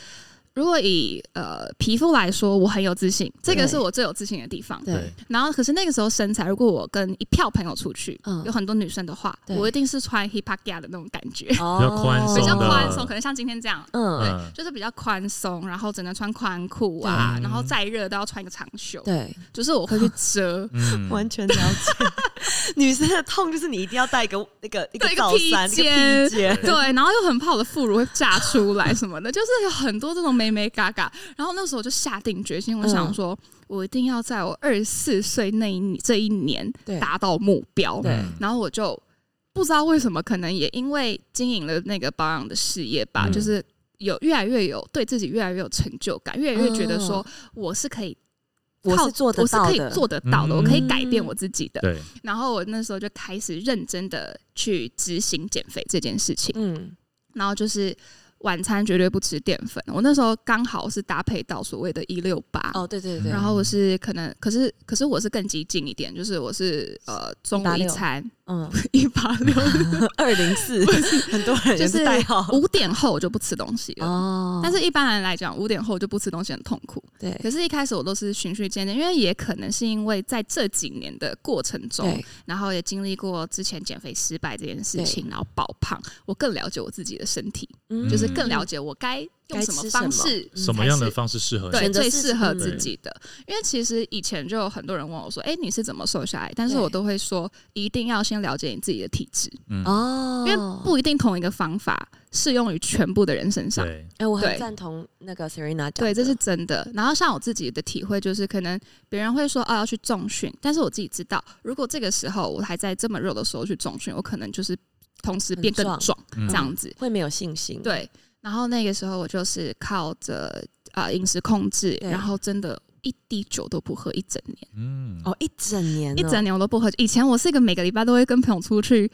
Speaker 3: 如果以呃皮肤来说，我很有自信，这个
Speaker 2: 对
Speaker 3: 是我最有自信的地方。
Speaker 2: 对，
Speaker 3: 然后可是那个时候身材，如果我跟一票朋友出去，
Speaker 2: 嗯
Speaker 3: 有很多女生的话，
Speaker 2: 对
Speaker 3: 我一定是穿 hip hop gear 的那种感觉，
Speaker 2: 哦
Speaker 1: 比较宽松的
Speaker 3: 比较宽松，
Speaker 1: 懂
Speaker 3: 可能像今天这样。
Speaker 2: 嗯，
Speaker 1: 嗯，
Speaker 3: 就是比较宽松，然后只能穿宽裤啊，
Speaker 1: 对
Speaker 3: 然后再热都要穿一个长袖，
Speaker 2: 对，
Speaker 3: 就是我 会去遮，
Speaker 1: 嗯
Speaker 2: 完全了解。 女生的痛就是你一定要带一个那个一个
Speaker 3: 对一个
Speaker 2: 罩衫，
Speaker 3: 披
Speaker 2: 一个披
Speaker 3: 肩
Speaker 2: 肩，
Speaker 3: 对，然后又很怕我的副乳会炸出来什么的， 就是有很多这种美美嘎嘎。然后那时候我就下定决
Speaker 2: 嗯
Speaker 3: 心，我想说，我一定要在我二十四岁那一年这一年
Speaker 2: 对
Speaker 3: 达到目标。
Speaker 2: 对
Speaker 1: 嗯
Speaker 3: 然后我就不知道为什么，可能也因为经营了那个保养的事业吧，
Speaker 1: 嗯
Speaker 3: 就是有越来越有对自己越来越有成就感，越来越觉得说我是可以
Speaker 2: 哦我
Speaker 3: 靠。
Speaker 2: 是做得
Speaker 3: 我是
Speaker 2: 到
Speaker 3: 可以
Speaker 2: 的，
Speaker 3: 做得到的，我可以改变
Speaker 2: 嗯
Speaker 3: 我自己的。
Speaker 1: 对，
Speaker 3: 然后我那时候就开始认真的去执行减肥这件事情。
Speaker 2: 嗯，
Speaker 3: 然后就是晚餐绝对不吃淀粉。我那时候刚好是搭配到所谓的“一六八”，
Speaker 2: 哦，对对对，
Speaker 3: 然后我是可能，可是可是我是更激进一点，就是我是呃中午一
Speaker 2: 186
Speaker 3: 餐
Speaker 2: 嗯，
Speaker 3: 一八六，
Speaker 2: 二零 四，很多人
Speaker 3: 就
Speaker 2: 也
Speaker 3: 是
Speaker 2: 代号
Speaker 3: 五点后我就不吃东西了。
Speaker 2: 哦，
Speaker 3: 但是一般人来讲，五点后就不吃东西很痛苦。
Speaker 2: 对
Speaker 3: 可是，一开始我都是循序渐进，因为也可能是因为在这几年的过程中，
Speaker 2: 对
Speaker 3: 然后也经历过之前减肥失败这件事
Speaker 2: 对
Speaker 3: 情，然后爆胖，我更了解我自己的身体。
Speaker 2: 嗯
Speaker 3: 就是更了解我该用什么
Speaker 2: 该吃
Speaker 3: 方
Speaker 2: 什么
Speaker 3: 式，
Speaker 1: 嗯什么样
Speaker 3: 才
Speaker 1: 的
Speaker 3: 是
Speaker 1: 方式适合
Speaker 3: 对
Speaker 1: 你？
Speaker 2: 选择
Speaker 3: 最
Speaker 2: 自己
Speaker 3: 适合
Speaker 2: 嗯
Speaker 3: 自己的？因为其实以前就有很多人问我说：“哎、你是怎么瘦下来？”但是
Speaker 2: 对
Speaker 3: 我都会说，一定要先了解你自己的体质，
Speaker 1: 嗯，
Speaker 2: 哦
Speaker 3: 因，为不一定同一个方法适用于全部的人身上。
Speaker 1: 对，
Speaker 2: 哎、我很
Speaker 3: 对
Speaker 2: 赞同那个 Serena 讲的，
Speaker 3: 对，这是真的。然后像我自己的体会就是，可能别人会说哦要去重训，但是我自己知道，如果这个时候我还在这么热的时候去重训，我可能就是同时变更
Speaker 2: 很
Speaker 3: 壮
Speaker 1: 嗯
Speaker 3: 这样子。
Speaker 2: 会没有信心，，
Speaker 3: 对，然后那个时候我就是靠着啊饮食控制，
Speaker 2: 对
Speaker 3: 然后真的。一滴酒都不喝一整年，
Speaker 1: 嗯，
Speaker 2: 哦，一整年哦、
Speaker 3: 一整年我都不喝酒。以前我是一个每个礼拜都会跟朋友出去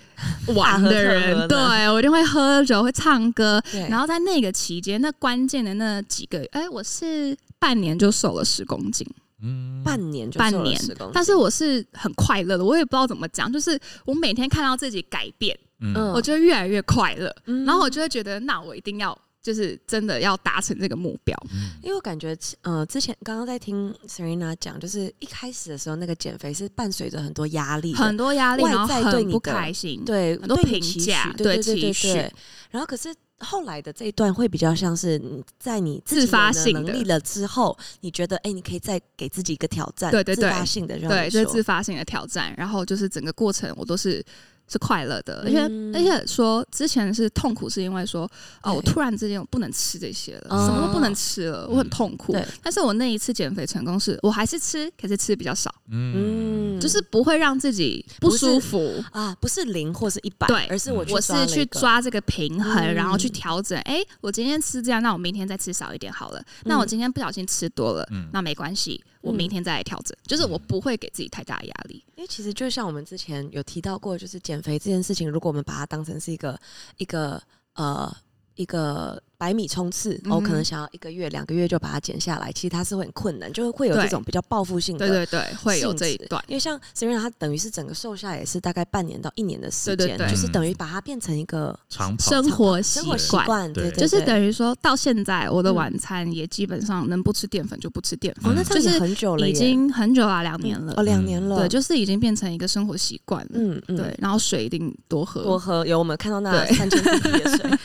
Speaker 3: 玩的人
Speaker 2: 大喝，特喝的
Speaker 3: 对我就会喝酒，会唱歌。
Speaker 2: 对，
Speaker 3: 然后在那个期间，那关键的那几个月，哎、我是半年就瘦了十公斤。
Speaker 1: 嗯，
Speaker 2: 半年就
Speaker 3: 半
Speaker 2: 瘦了
Speaker 3: 年
Speaker 2: 10公斤
Speaker 3: 但是我是很快乐的，我也不知道怎么讲，就是我每天看到自己改变，
Speaker 1: 嗯，
Speaker 3: 我就越来越快乐，
Speaker 2: 嗯
Speaker 3: 然后我就会觉得，那我一定要就是真的要达成这个目标。
Speaker 1: 嗯
Speaker 2: 因为我感觉，呃，之前刚刚在听 Serena 讲，就是一开始的时候，那个减肥是伴随着很多压力的，
Speaker 3: 很多压力，
Speaker 2: 外
Speaker 3: 然后
Speaker 2: 在对
Speaker 3: 很
Speaker 2: 你
Speaker 3: 不
Speaker 2: 的
Speaker 3: 开心，
Speaker 2: 对
Speaker 3: 很多
Speaker 2: 对你
Speaker 3: 评
Speaker 2: 期
Speaker 3: 价
Speaker 2: 许对对
Speaker 3: 对
Speaker 2: 对
Speaker 3: 期许
Speaker 2: 对然后可是后来的这一段会比较像是你在你自己
Speaker 3: 自发
Speaker 2: 有
Speaker 3: 性的
Speaker 2: 能力了之后，你觉得哎、你可以再给自己一个挑战，
Speaker 3: 对对对
Speaker 2: 自发性的让
Speaker 3: 对，
Speaker 2: 你
Speaker 3: 这是
Speaker 2: 说
Speaker 3: 自发性的挑战。然后就是整个过程，我都是是快乐的，而且、
Speaker 2: 嗯
Speaker 3: 而且说之前是痛苦，是因为说哦，
Speaker 2: 对
Speaker 3: 我突然之间我不能吃这些了，
Speaker 2: 哦嗯
Speaker 3: 什么都不能吃了，我很痛苦
Speaker 2: 对。
Speaker 3: 但是我那一次减肥成功是，我还是吃，可是吃比较少，
Speaker 1: 嗯，
Speaker 3: 就是不会让自己不
Speaker 2: 不是
Speaker 3: 舒服。
Speaker 2: 啊，不是零或是一百，
Speaker 3: 对嗯
Speaker 2: 而是我去
Speaker 3: 我是
Speaker 2: 了
Speaker 3: 去
Speaker 2: 一个
Speaker 3: 抓这个平衡，
Speaker 2: 嗯
Speaker 3: 然后去调整。哎、我今天吃这样，那我明天再吃少一点好
Speaker 2: 嗯
Speaker 3: 了。那我今天不小心吃多了，
Speaker 1: 嗯
Speaker 3: 那没关系，我明天再来调整。就是我不会给自己太大压力。
Speaker 2: 因为其实就像我们之前有提到过，就是减肥这件事情，如果我们把它当成是一个一个呃一个百米冲刺，我、
Speaker 3: 嗯
Speaker 2: 哦、
Speaker 3: 哼
Speaker 2: 可能想要一个月、两个月就把它减下来，其实它是会很困难，就会有
Speaker 3: 对
Speaker 2: 这种比较报复性的。
Speaker 3: 对对对，会有
Speaker 2: 性质
Speaker 3: 这一段。
Speaker 2: 因为像 Serena，她等于是整个瘦下来也是大概半年到一年的时
Speaker 3: 对
Speaker 2: 间，
Speaker 3: 对对
Speaker 2: 就是
Speaker 1: 嗯
Speaker 2: 等于把它变成一个
Speaker 1: 长跑，
Speaker 3: 生活习
Speaker 2: 生活习
Speaker 3: 惯，
Speaker 2: 惯，
Speaker 1: 对
Speaker 2: 对，对
Speaker 3: 就是
Speaker 2: 对
Speaker 3: 等于说到现在，我的晚餐也基本上能不吃淀粉就不吃淀粉，
Speaker 2: 哦，那这样
Speaker 3: 就
Speaker 2: 也
Speaker 3: 是
Speaker 2: 很久了耶，
Speaker 3: 已经很久啊，两年了。
Speaker 2: 哦两年了，
Speaker 3: 对，就是已经变成一个生活习惯了。
Speaker 2: 嗯嗯，
Speaker 3: 对，，然后水一定多喝。
Speaker 2: 多喝有我们看到那
Speaker 3: 对
Speaker 2: 三千 cc 的 水，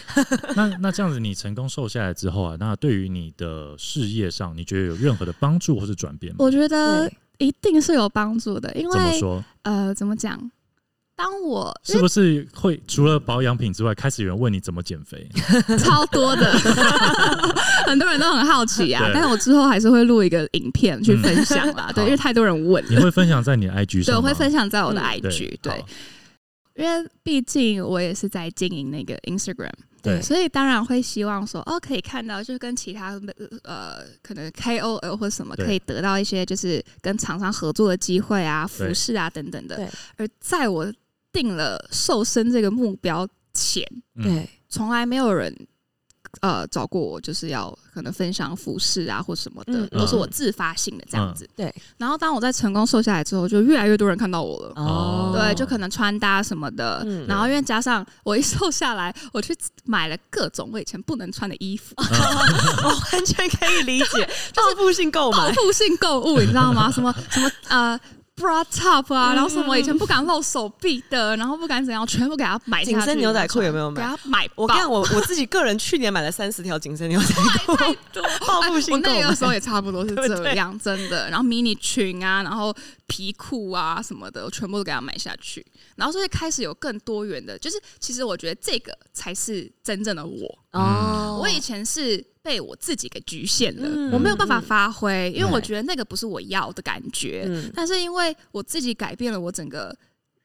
Speaker 1: 那那这样子，你成功瘦下来之后啊，那对于你的事业上，你觉得有任何的帮助或是转变吗？
Speaker 3: 我觉得
Speaker 2: 对
Speaker 3: 一定是有帮助的，因
Speaker 1: 怎么
Speaker 3: 为
Speaker 1: 说？
Speaker 3: 呃，怎么讲？当 我因
Speaker 1: 是不是会除了保养品之外，开始有人问你怎么减 肥？
Speaker 3: 为超多的， 很多人都很好奇啊
Speaker 1: 对。
Speaker 3: 但是我之后还是会录一个影片
Speaker 2: 嗯
Speaker 3: 去分享啦，对，
Speaker 1: 好
Speaker 3: 因为太多人问
Speaker 1: 你
Speaker 3: 了，
Speaker 1: 会分享在你的 IG 上
Speaker 3: 对，
Speaker 1: 吗？
Speaker 3: 我会分享在我的
Speaker 2: 嗯
Speaker 3: IG，对
Speaker 1: 好，
Speaker 3: 因为毕竟我也是在经营那个 Instagram，
Speaker 1: 对
Speaker 3: 所以当然会希望说，哦，可以看到，就是跟其他呃，可能 KOL 或什么，
Speaker 1: 对
Speaker 3: 可以得到一些就是跟厂商合作的机会啊、
Speaker 1: 对
Speaker 3: 服饰啊等等的
Speaker 2: 对。
Speaker 3: 而在我定了瘦身这个目标前，
Speaker 1: 嗯
Speaker 2: 对，
Speaker 3: 从来没有人呃找过我，就是要可能分享服饰啊或什么的，
Speaker 2: 嗯
Speaker 3: 都是我自发性的
Speaker 1: 嗯
Speaker 3: 这样子。
Speaker 2: 对，
Speaker 3: 然后当我在成功瘦下来之后，就越来越多人看到我了。
Speaker 1: 哦
Speaker 3: 对，就可能穿搭什么的，
Speaker 2: 嗯
Speaker 3: 然后因为加上我一瘦下来，我去买了各种我以前不能穿的衣
Speaker 2: 哦
Speaker 3: 服，
Speaker 2: 我完全可以理解，就是复性购
Speaker 3: 报
Speaker 2: 买，
Speaker 3: 复性购物，你知 道吗？什么什么呃。bra top 啊，
Speaker 2: 嗯
Speaker 3: 然后什么以前不敢露手臂的，然后不敢怎样，全部给他买下去。
Speaker 2: 紧身牛仔裤有没有
Speaker 3: 给
Speaker 2: 买
Speaker 3: 他买爆，
Speaker 2: 我看我我自己个人去年买了三十条紧身牛仔裤，
Speaker 3: 太多，
Speaker 2: 报复性
Speaker 3: 我
Speaker 2: 购
Speaker 3: 那
Speaker 2: 买
Speaker 3: 个时候也差不多是
Speaker 2: 对不
Speaker 3: 这
Speaker 2: 对
Speaker 3: 样，真的。然后呃迷你裙啊，然后皮裤啊什么的，我全部都给他买下去。然后所以开始有更多元的，就是其实我觉得这个才是真正的我。
Speaker 2: 哦
Speaker 3: 我以前是被我自己给局限了，
Speaker 2: 嗯
Speaker 3: 我没有办法发挥，因为我
Speaker 2: 对
Speaker 3: 觉得那个不是我要的感觉。
Speaker 2: 嗯
Speaker 3: 但是因为我自己改变了我整个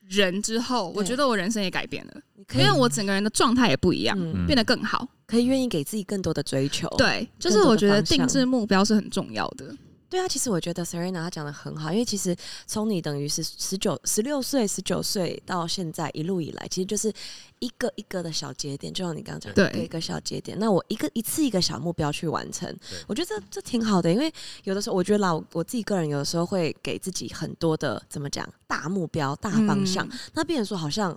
Speaker 3: 人之后，我
Speaker 2: 对
Speaker 3: 觉得我人生也改变了，
Speaker 2: 你可
Speaker 3: 因
Speaker 2: 以
Speaker 3: 为我整个人的状态也不一样，
Speaker 2: 嗯
Speaker 1: 嗯
Speaker 3: 变得更好。
Speaker 2: 可以愿意给自己更多的追求，
Speaker 3: 对，就
Speaker 2: 更
Speaker 3: 是
Speaker 2: 多
Speaker 3: 我
Speaker 2: 的
Speaker 3: 觉得
Speaker 2: 方向
Speaker 3: 定制目标是很重要的。
Speaker 2: 对啊，其实我觉得 Serena 她讲的很好，因为其实从你等于是十九、十六岁、十九岁到现在一路以来，其实就是一个一个的小节点，就像你刚刚讲，
Speaker 3: 对
Speaker 2: 一个一个小节点。那我一个一次一个小目标去完成
Speaker 1: 对，
Speaker 2: 我觉得这这挺好的，因为有的时候我觉得啦，我我自己个人有的时候会给自己很多的怎么讲大目标、大方向，
Speaker 3: 嗯
Speaker 2: 那别人说好像，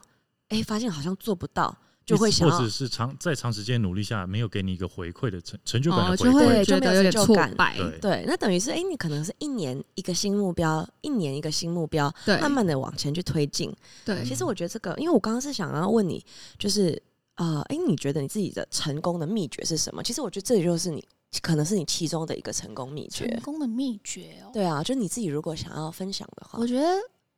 Speaker 2: 哎、发现好像做不到，就会想
Speaker 1: 或
Speaker 2: 要
Speaker 1: 者是长在长时间努力下没有给你一个回馈的成成就感
Speaker 3: 哦，
Speaker 1: 的回
Speaker 3: 就
Speaker 1: 馈，
Speaker 3: 会觉得有点挫败。
Speaker 1: 对
Speaker 2: 对，那等于是哎、诶你可能是一年一个新目标，一年一个新目标，
Speaker 3: 对
Speaker 2: 慢慢的往前去推进。
Speaker 3: 对
Speaker 2: 其实我觉得这个，因为我刚刚是想要问你，就是呃，哎、你觉得你自己的成功的秘诀是什么？其实我觉得这就是你可能是你其中的一个成功秘诀
Speaker 3: 成。功的秘诀哦。
Speaker 2: 对啊，就你自己如果想要分享的话
Speaker 3: 我，觉得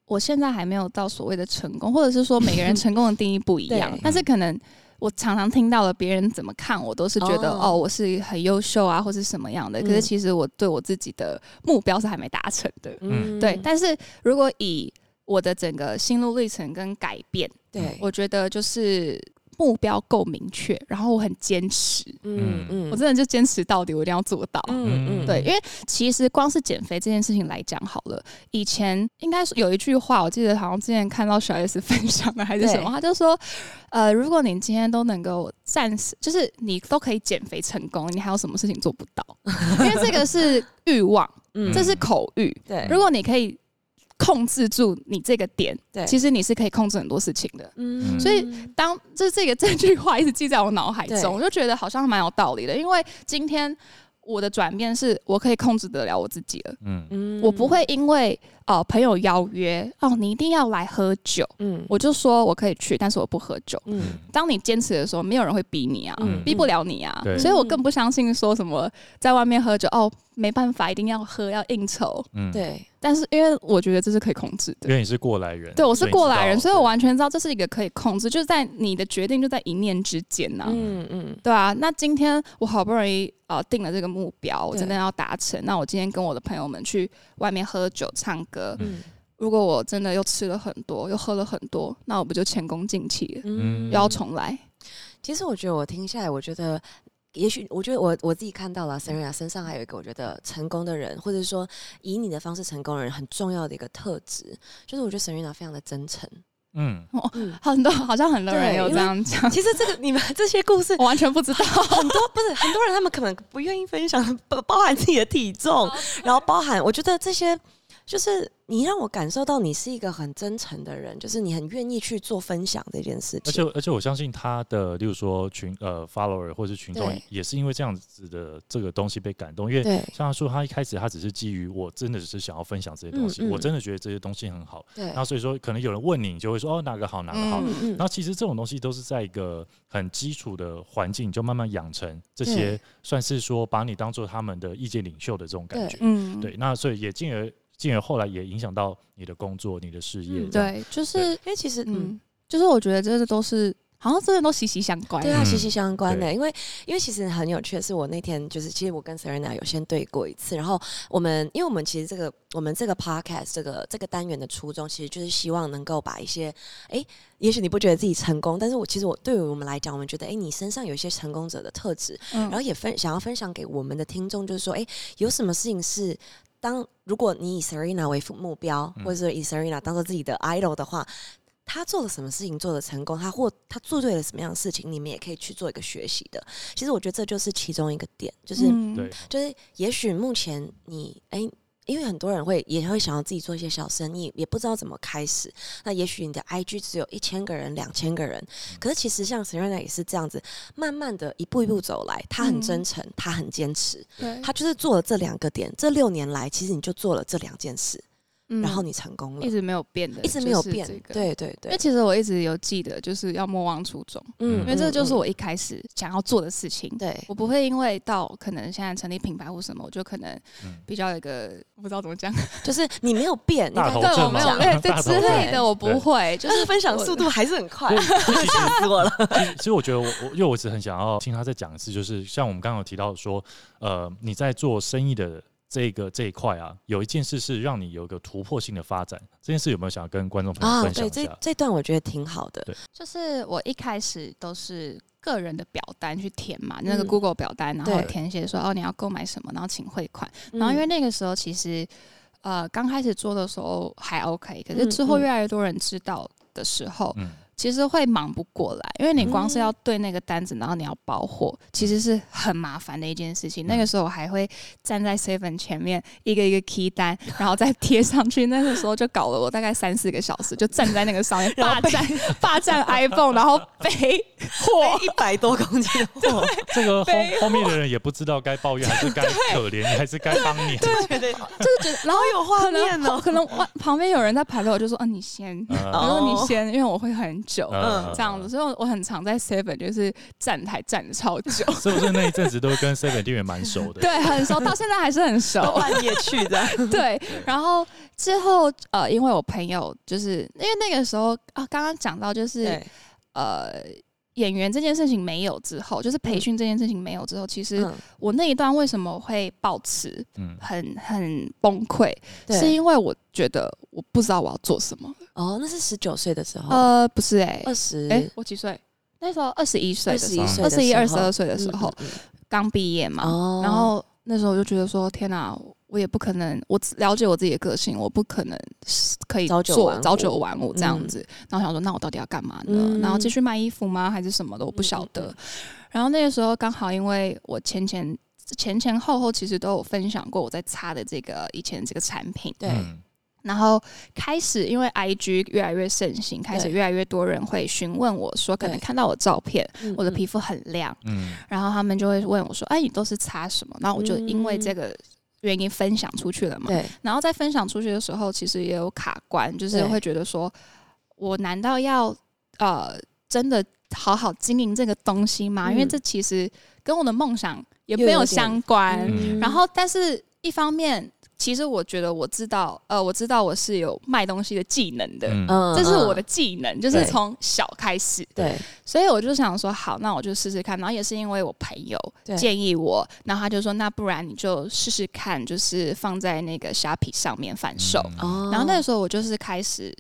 Speaker 3: 我现在还没有到所谓的成功，或者是说每 个人成功的定义不一样
Speaker 2: 对，
Speaker 3: 但是可能我常常听到了别人怎么看我，都是觉得
Speaker 2: 哦
Speaker 3: 哦我是很优秀啊，或是什么样的。
Speaker 2: 嗯
Speaker 3: 可是其实我对我自己的目标是还没达成的，
Speaker 1: 嗯
Speaker 3: 对。但是如果以我的整个心路历程跟改变，
Speaker 2: 对，
Speaker 3: 我觉得就是。目标够明确，然后我很坚持，
Speaker 2: 嗯嗯
Speaker 3: 我真的就坚持到底，我一定要做到。
Speaker 1: 嗯
Speaker 3: 对，因为其实光是减肥这件事情来讲好了，以前应该是有一句话，我记得好像之前看到小 S 分享的还是什
Speaker 2: 对
Speaker 3: 么，他就说，呃，如果你今天都能够暂时，就是你都可以减肥成功，你还有什么事情做不到？ 因为这个是欲望，
Speaker 2: 嗯
Speaker 3: 这是口欲。
Speaker 2: 对，
Speaker 3: 如果你可以控制住你这个点，
Speaker 2: 对
Speaker 3: 其实你是可以控制很多事情的。
Speaker 2: 嗯
Speaker 3: 所以当 就是这个这句话一直记在我脑海
Speaker 2: 对
Speaker 3: 中，我就觉得好像蛮有道理的。因为今天我的转变是我可以控制得了我自己了，
Speaker 1: 嗯
Speaker 2: 嗯
Speaker 3: 我不，会因为呃朋友邀约哦你一定要来喝酒，
Speaker 2: 嗯
Speaker 3: 我就说我可以去，但是我不喝酒。
Speaker 2: 嗯
Speaker 3: 当你坚持的时候，没有人会逼你啊。
Speaker 1: 嗯
Speaker 3: 逼不了你啊
Speaker 1: 对，
Speaker 3: 所以
Speaker 2: 嗯
Speaker 3: 我更不相信说什么在外面喝酒哦，没办法，一定要喝，要应酬。
Speaker 1: 嗯，
Speaker 2: 对，
Speaker 3: 但是因为我觉得这是可以控制的
Speaker 1: 因，为你是过来人，
Speaker 3: 对，我是
Speaker 1: 所以你
Speaker 3: 过
Speaker 1: 知
Speaker 3: 来人，
Speaker 1: 道
Speaker 3: 所以我完全知道这是一个可以控制，就是在你的决定就在一念之间呐、
Speaker 2: 嗯嗯
Speaker 3: 对啊，那今天我好不容易呃定了这个目标，我
Speaker 2: 对
Speaker 3: 真的要达成。那我今天跟我的朋友们去外面喝酒、唱歌，
Speaker 2: 嗯
Speaker 3: 如果我真的又吃了很多，又喝了很多，那我不就前功尽弃了，
Speaker 1: 嗯
Speaker 2: 嗯，
Speaker 3: 又要重来？
Speaker 2: 其实我觉得我听下来，我觉得。也许我觉得我我自己看到了 Serena 身上还有一个我觉得成功的人，或者说以你的方式成功的人很重要的一个特质，就是我觉得 Serena 非常的 真诚。
Speaker 1: 嗯，
Speaker 2: 嗯，
Speaker 3: 很多好像很多人
Speaker 2: 对
Speaker 3: 有
Speaker 2: 因为
Speaker 3: 这样讲，
Speaker 2: 其实这个你们这些故
Speaker 1: 哦
Speaker 2: 事
Speaker 3: 我完全不知 道。
Speaker 2: 很多不是很多人，他们可能不愿意分享，包包含自己的体重，
Speaker 1: 哦
Speaker 2: 然后包含我觉得这些，就是你让我感受到你是一个很真诚的人，就是你很愿意去做分享这件事
Speaker 1: 而且
Speaker 2: 情。
Speaker 1: 而且我相信他的，例如说群呃 follower 或是群众
Speaker 2: 对，
Speaker 1: 也是因为这样子的这个东西被感动，因为
Speaker 2: 对
Speaker 1: 像他说，他一开始他只是基于我真的只是想要分享这些东西，
Speaker 2: 嗯嗯
Speaker 1: 我真的觉得这些东西很好。
Speaker 2: 对，
Speaker 1: 那所以说，可能有人问你，你就会说哦哪个好哪个好。
Speaker 3: 嗯
Speaker 1: 然后其实这种东西都是在一个很基础的环境，你就慢慢养成这些
Speaker 2: 对，
Speaker 1: 算是说把你当做他们的意见领袖的这种感觉。
Speaker 3: 嗯，
Speaker 1: 对，那所以也进而进而后来也影响到你的工作、你的事业
Speaker 2: 嗯
Speaker 1: 这样。
Speaker 3: 对，就是
Speaker 1: 对
Speaker 2: 因为其实嗯
Speaker 3: 嗯，就是我觉得这都是好像真的都息息相关。
Speaker 2: 对啊，
Speaker 1: 嗯
Speaker 2: 息息相关的、因为因为其实很有趣的是，我那天就是其实我跟 Serena 有先对过一次，然后我们因为我们其实这个我们这个 podcast 这个这个单元的初衷，其实就是希望能够把一些哎、诶也许你不觉得自己成功，但是我其实我对于我们来讲，我们觉得哎、诶你身上有一些成功者的特质，
Speaker 3: 嗯
Speaker 2: 然后也分想要分享给我们的听众，就是说哎、诶有什么事情是。当如果你以 Serena 为目标，
Speaker 1: 嗯
Speaker 2: 或者说以 Serena 当做自己的 idol 的话，他做了什么事情做的成功，他或他做对了什么样的事情，你们也可以去做一个学习的。其实我觉得这就是其中一个点，就是、
Speaker 3: 嗯
Speaker 1: 对，
Speaker 2: 就是，也许目前你哎。因为很多人会也会想要自己做一些小生意，也不知道怎么开始。那也许你的 IG 只有一千个人、两千个人，
Speaker 3: 嗯
Speaker 2: 可是其实像 Serena 也是这样子，慢慢的一步一步走来。她很
Speaker 3: 嗯
Speaker 2: 真诚，她很坚持，
Speaker 3: 对，
Speaker 2: 她就是做了这两个点。这六年来，其实你就做了这两件事，
Speaker 3: 嗯
Speaker 2: 然后你成功了
Speaker 3: 一，直没有变的，
Speaker 2: 一直没有
Speaker 3: 就是
Speaker 2: 变
Speaker 3: 这。个。
Speaker 2: 对对
Speaker 3: 因
Speaker 2: 对
Speaker 3: 为，其实我一直有记得，就是要莫忘初衷，
Speaker 1: 嗯
Speaker 3: 因为这就是
Speaker 2: 嗯
Speaker 3: 我一开始想要做的事情。
Speaker 2: 对，
Speaker 3: 我不会因为到可能现在成立品牌或什么，我就可能
Speaker 1: 嗯
Speaker 3: 比较有一个我不知道怎么讲，
Speaker 2: 就是你没有变，你
Speaker 1: 大头症
Speaker 2: 看
Speaker 3: 对我没有
Speaker 1: 嘛
Speaker 3: 哎对
Speaker 1: 大头
Speaker 3: 之
Speaker 1: 症
Speaker 3: 类的，我不会，就
Speaker 2: 但是
Speaker 3: 是
Speaker 2: 分享
Speaker 3: 我
Speaker 2: 速度还是很快
Speaker 1: 对，
Speaker 2: 吓死我了。
Speaker 1: 其实我觉得我我因为我一直很想要听他再讲一次，就是像我们刚刚有提到说，呃，你在做生意的这个这一块啊，有一件事是让你有一个突破性的发展，这件事有没有想要跟观众朋友
Speaker 2: 啊，
Speaker 1: 分享
Speaker 2: 对，
Speaker 1: 一
Speaker 2: 这
Speaker 1: 下？
Speaker 2: 这段我觉得挺好的
Speaker 1: 对。
Speaker 3: 就是我一开始都是个人的表单去填嘛，那个
Speaker 2: 嗯
Speaker 3: Google 表单，然后
Speaker 2: 对
Speaker 3: 填写说哦你要购买什么，然后请汇款。
Speaker 2: 嗯
Speaker 3: 然后因为那个时候其实呃刚开始做的时候还 OK，可是
Speaker 2: 嗯
Speaker 3: 之后
Speaker 2: 嗯
Speaker 3: 越来越多人知道的时候，
Speaker 1: 嗯，
Speaker 3: 其实会忙不过来，因为你光是
Speaker 2: 嗯
Speaker 3: 要对那个单子，然后你要包货，其实是很麻烦的一件事情。那个时候我还会站在 seven 前面，一个一个 key 单，然后再贴上去。那个时候就搞了我大概三四个小时，就站在那个上面
Speaker 2: 然
Speaker 3: 霸
Speaker 2: 后被
Speaker 3: 占霸占 iPhone，然后 背货。
Speaker 2: 一百多公斤的货，
Speaker 1: 这 个后
Speaker 3: 废
Speaker 1: 后面的人也不知道该抱怨还 是该可怜你，还是该帮你。
Speaker 2: 觉得
Speaker 3: 就是觉得，然后
Speaker 2: 有画
Speaker 3: 可
Speaker 2: 面
Speaker 3: 能
Speaker 2: 哦。
Speaker 3: 可能外旁边有人在排队，我就说，嗯、你先。
Speaker 1: 呃
Speaker 3: 我
Speaker 2: 哦
Speaker 3: 说你先，因为我会很久，
Speaker 1: 嗯
Speaker 3: 这样子，所以我很常在 Seven 就是站台站的超久，
Speaker 1: 是不是那一阵子都跟 Seven 店员蛮熟的？
Speaker 3: 对，很熟，到现在还是很熟。
Speaker 2: 都半夜去的，
Speaker 3: 对，然后之后呃，因为我朋友就是因为那个时候啊，刚刚讲到就是
Speaker 2: 对，
Speaker 3: 呃。演员这件事情没有之后，就是培训这件事情没有之后，其实
Speaker 2: 嗯
Speaker 3: 我那一段为什么会保持
Speaker 1: 嗯，
Speaker 3: 很很崩溃，
Speaker 2: 对
Speaker 3: 是因为我觉得我不知道我要做什么。
Speaker 2: 哦，那是十九岁的时候，
Speaker 3: 呃，不是哎、
Speaker 2: 哦二十
Speaker 3: 哎、我几岁？那时候二十一岁
Speaker 2: 二
Speaker 3: 的
Speaker 2: 十
Speaker 3: 时候，
Speaker 2: 一
Speaker 1: 候
Speaker 2: 岁
Speaker 3: 二
Speaker 2: 的
Speaker 3: 十一、
Speaker 2: 时候
Speaker 3: 二十二岁的时候，
Speaker 2: 嗯嗯
Speaker 3: 刚毕业
Speaker 2: 嗯
Speaker 3: 嘛。
Speaker 2: 哦，
Speaker 3: 然后那时候我就觉得说，天哪、我也不可能，我只了解我自己的个性，我不可能是可以
Speaker 2: 朝
Speaker 3: 做
Speaker 2: 九晚五
Speaker 3: 朝九晚五这样子。然后想说，那我到底要干嘛呢？
Speaker 2: 嗯
Speaker 3: 然后继续卖衣服吗？还是什么的？我不晓得。
Speaker 2: 嗯嗯嗯
Speaker 3: 然后那个时候刚好因为我前前前前后后其实都有分享过我在擦的这个以前这个产品，
Speaker 2: 对
Speaker 1: 嗯
Speaker 3: 然后开始，因为 I G 越来越盛行，开始越来越多人会询问我说，可能
Speaker 2: 对
Speaker 3: 看到我照片，
Speaker 2: 嗯
Speaker 3: 我的
Speaker 2: 嗯
Speaker 3: 皮肤很亮，
Speaker 1: 嗯，
Speaker 3: 然后他们就会问我说：“哎，你都是擦什么？”然后我就
Speaker 2: 嗯
Speaker 3: 因为这个原因分享出去了嘛。
Speaker 2: 对
Speaker 3: 然后在分享出去的时候，其实也有卡关，就是
Speaker 2: 对
Speaker 3: 会觉得说，我难道要呃真的好好经营这个东西吗？
Speaker 2: 嗯
Speaker 3: 因为这其实跟我的梦想也
Speaker 2: 又
Speaker 3: 没
Speaker 2: 有
Speaker 3: 有
Speaker 2: 点
Speaker 3: 相关。
Speaker 1: 嗯
Speaker 3: 然后，但是一方面，其实我觉得我知道，呃，我知道我是有卖东西的技能的，
Speaker 1: 嗯
Speaker 2: 嗯
Speaker 3: 这是
Speaker 2: 嗯
Speaker 3: 我的技能，就是
Speaker 2: 对
Speaker 3: 从小开始。
Speaker 2: 对
Speaker 3: 所以我就想说，好，那我就试试看。然后也是因为我朋友
Speaker 2: 对
Speaker 3: 建议我，然后他就说，那不然你就试试看，就是放在那个虾皮上面贩售。
Speaker 1: 嗯
Speaker 2: 哦，
Speaker 3: 然后那个时候我就是开始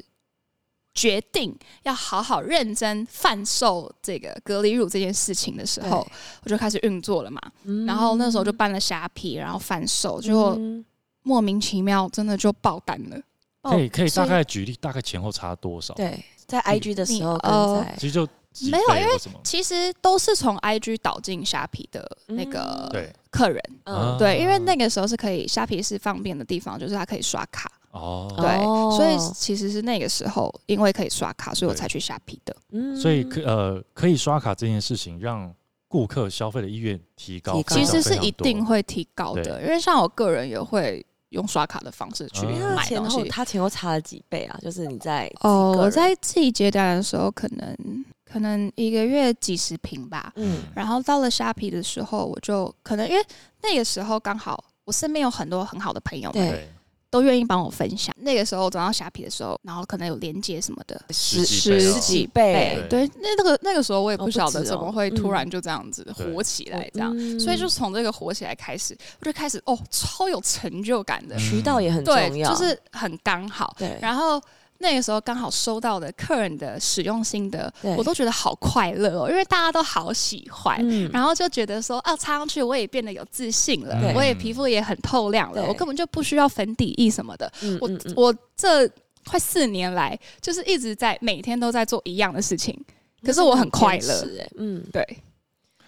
Speaker 3: 决定要好好认真贩售这个隔离乳这件事情的时候
Speaker 2: 对，
Speaker 3: 我就开始运作了嘛。
Speaker 2: 嗯
Speaker 3: 然后那时候就办了虾皮，然后贩售，结果
Speaker 2: 嗯
Speaker 3: 莫名其妙真的就爆单了。
Speaker 2: 哦
Speaker 1: 可以可以
Speaker 3: 哦所
Speaker 1: 大概举例，大概前后差多少？
Speaker 2: 对，在 IG 的时候
Speaker 3: 你
Speaker 2: 跟
Speaker 3: 呃
Speaker 2: 在
Speaker 1: 其实就几
Speaker 3: 没有
Speaker 1: 倍或什么
Speaker 3: 其实都是从 IG 导进虾皮的那
Speaker 2: 嗯
Speaker 3: 个
Speaker 1: 对
Speaker 3: 客人，
Speaker 1: 啊
Speaker 3: 对，因为那个时候是可以虾皮是方便的地方，就是它可以刷卡，
Speaker 1: 哦，
Speaker 3: 对，
Speaker 2: 哦
Speaker 3: 所以其实是那个时候因为可以刷卡，所以我才去虾皮的，
Speaker 2: 嗯
Speaker 1: 所以可呃可以刷卡这件事情让顾客消费的意愿提高
Speaker 2: 提，高
Speaker 1: 非
Speaker 3: 其
Speaker 1: 常
Speaker 3: 实是
Speaker 1: 非常
Speaker 3: 一
Speaker 1: 多
Speaker 3: 定会提高的，
Speaker 1: 对
Speaker 3: 因为像我个人也会用刷卡的方式去
Speaker 1: 嗯
Speaker 2: 那
Speaker 3: 买
Speaker 2: 前
Speaker 3: 东
Speaker 2: 后
Speaker 3: 西。
Speaker 2: 他前后差了几倍啊？就是你在自己个
Speaker 3: 哦，
Speaker 2: 人
Speaker 3: 我在自己接单的时候，可能可能一个月几十瓶吧，
Speaker 2: 嗯
Speaker 3: 然后到了虾皮的时候，我就可能因为那个时候刚好我身边有很多很好的朋友们，
Speaker 2: 对
Speaker 1: 对
Speaker 3: 都愿意帮我分享。那个时候转到虾皮的时候，然后可能有连接什么的，
Speaker 1: 十几倍
Speaker 3: 十
Speaker 1: 哦
Speaker 3: 几
Speaker 2: 倍
Speaker 3: 对，那那个那个时候我也
Speaker 2: 哦
Speaker 3: 不
Speaker 2: 不
Speaker 3: 晓得
Speaker 2: 止哦
Speaker 3: 怎么会
Speaker 2: 嗯
Speaker 3: 突然就这样子火起来，这样。
Speaker 2: 嗯
Speaker 3: 所以就从这个火起来开始，我就开始哦，超有成就感的，
Speaker 2: 渠道也很嗯重
Speaker 3: 对，
Speaker 2: 要，
Speaker 3: 就是很刚好。
Speaker 2: 对，
Speaker 3: 然后那个时候刚好收到的客人的使用心得，
Speaker 2: 对
Speaker 3: 我都觉得好快乐哦，因为大家都好喜欢。
Speaker 2: 嗯
Speaker 3: 然后就觉得说，啊，擦上去我也变得有自信了
Speaker 1: 对，
Speaker 3: 我也皮肤也很透亮了，
Speaker 2: 对
Speaker 3: 我根本就不需要粉底液什么的。
Speaker 2: 嗯
Speaker 3: 我
Speaker 2: 嗯嗯
Speaker 3: 我这快四年来，就是一直在每天都在做一样的事情，可是我很快
Speaker 2: 真的
Speaker 3: 乐
Speaker 2: 很。坚持欸嗯，
Speaker 3: 对，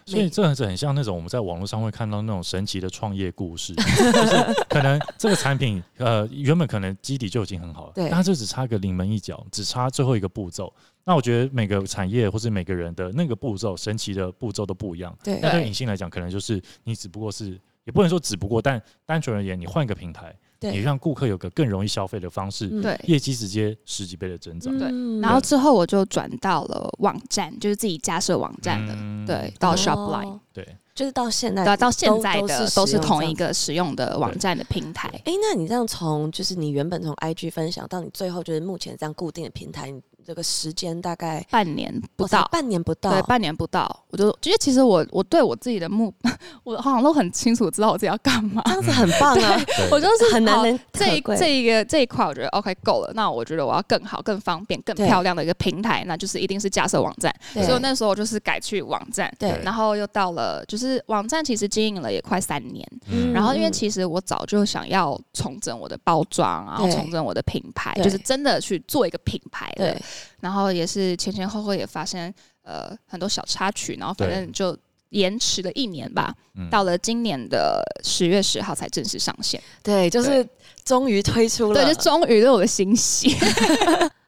Speaker 1: 所以这很很像那种我们在网络上会看到那种神奇的创业故 事，就是可能这个产品呃原本可能基底就已经很好了，
Speaker 2: 对
Speaker 1: 但它就只差个临门一脚，只差最后一个步骤。那我觉得每个产业或是每个人的那个步骤，神奇的步骤都不一样。
Speaker 2: 对
Speaker 1: 那
Speaker 3: 对
Speaker 1: 对隐性来讲，可能就是你只不过是也不能说只不过，但单纯而言，你换一个平台，
Speaker 2: 对
Speaker 1: 你让顾客有个更容易消费的方式，
Speaker 2: 嗯
Speaker 3: 对。
Speaker 1: 业绩直接十几倍的增长。
Speaker 3: 对
Speaker 2: 嗯
Speaker 3: 然后之后我就转到了网站，就是自己架设网站的，
Speaker 1: 嗯
Speaker 3: 对，到
Speaker 2: 哦
Speaker 3: Shopline，
Speaker 1: 对，
Speaker 2: 就是到现在
Speaker 3: 对啊，到现在
Speaker 2: 都
Speaker 3: 的
Speaker 2: 使
Speaker 3: 都是
Speaker 2: 用这
Speaker 3: 同
Speaker 2: 样
Speaker 3: 一个使用的网站的平台。
Speaker 2: 哎、那你这样从就是你原本从 IG 分享到你最后就是目前这样固定的平台，你这个时间大概
Speaker 3: 半年不
Speaker 2: 哦才
Speaker 3: 到，
Speaker 2: 半年不到，
Speaker 3: 对，半年不到，我就觉得其实我我对我自己的目， 我好像都很清楚知道我自己要干嘛。
Speaker 2: 这样子很棒啊，
Speaker 1: 嗯对
Speaker 3: 我 就是
Speaker 2: 很难
Speaker 3: 好
Speaker 2: 能
Speaker 3: 这一
Speaker 2: 可贵
Speaker 3: 这一个这一块，我觉得 OK 够了。那我觉得我要更好、更方便、更
Speaker 2: 对
Speaker 3: 漂亮的一个平台，那就是一定是架设网站。
Speaker 2: 对
Speaker 3: 所以我那时候我就是改去网站，
Speaker 2: 对
Speaker 3: 然后又到了就是网站，其实经营了也快三年。
Speaker 2: 嗯
Speaker 3: 然后因为其实我早就想要重整我的包装，然后
Speaker 2: 对
Speaker 3: 重整我的品牌，
Speaker 2: 对
Speaker 3: 就是真的去做一个品牌的
Speaker 2: 对。
Speaker 3: 然后也是前前后后也发生呃很多小插曲，然后反
Speaker 1: 对
Speaker 3: 正就延迟了一年吧，
Speaker 1: 嗯
Speaker 3: 到了今年的十月十号才正式上线。
Speaker 2: 对，就是终于推出了，
Speaker 3: 对，就终于对我的欣喜。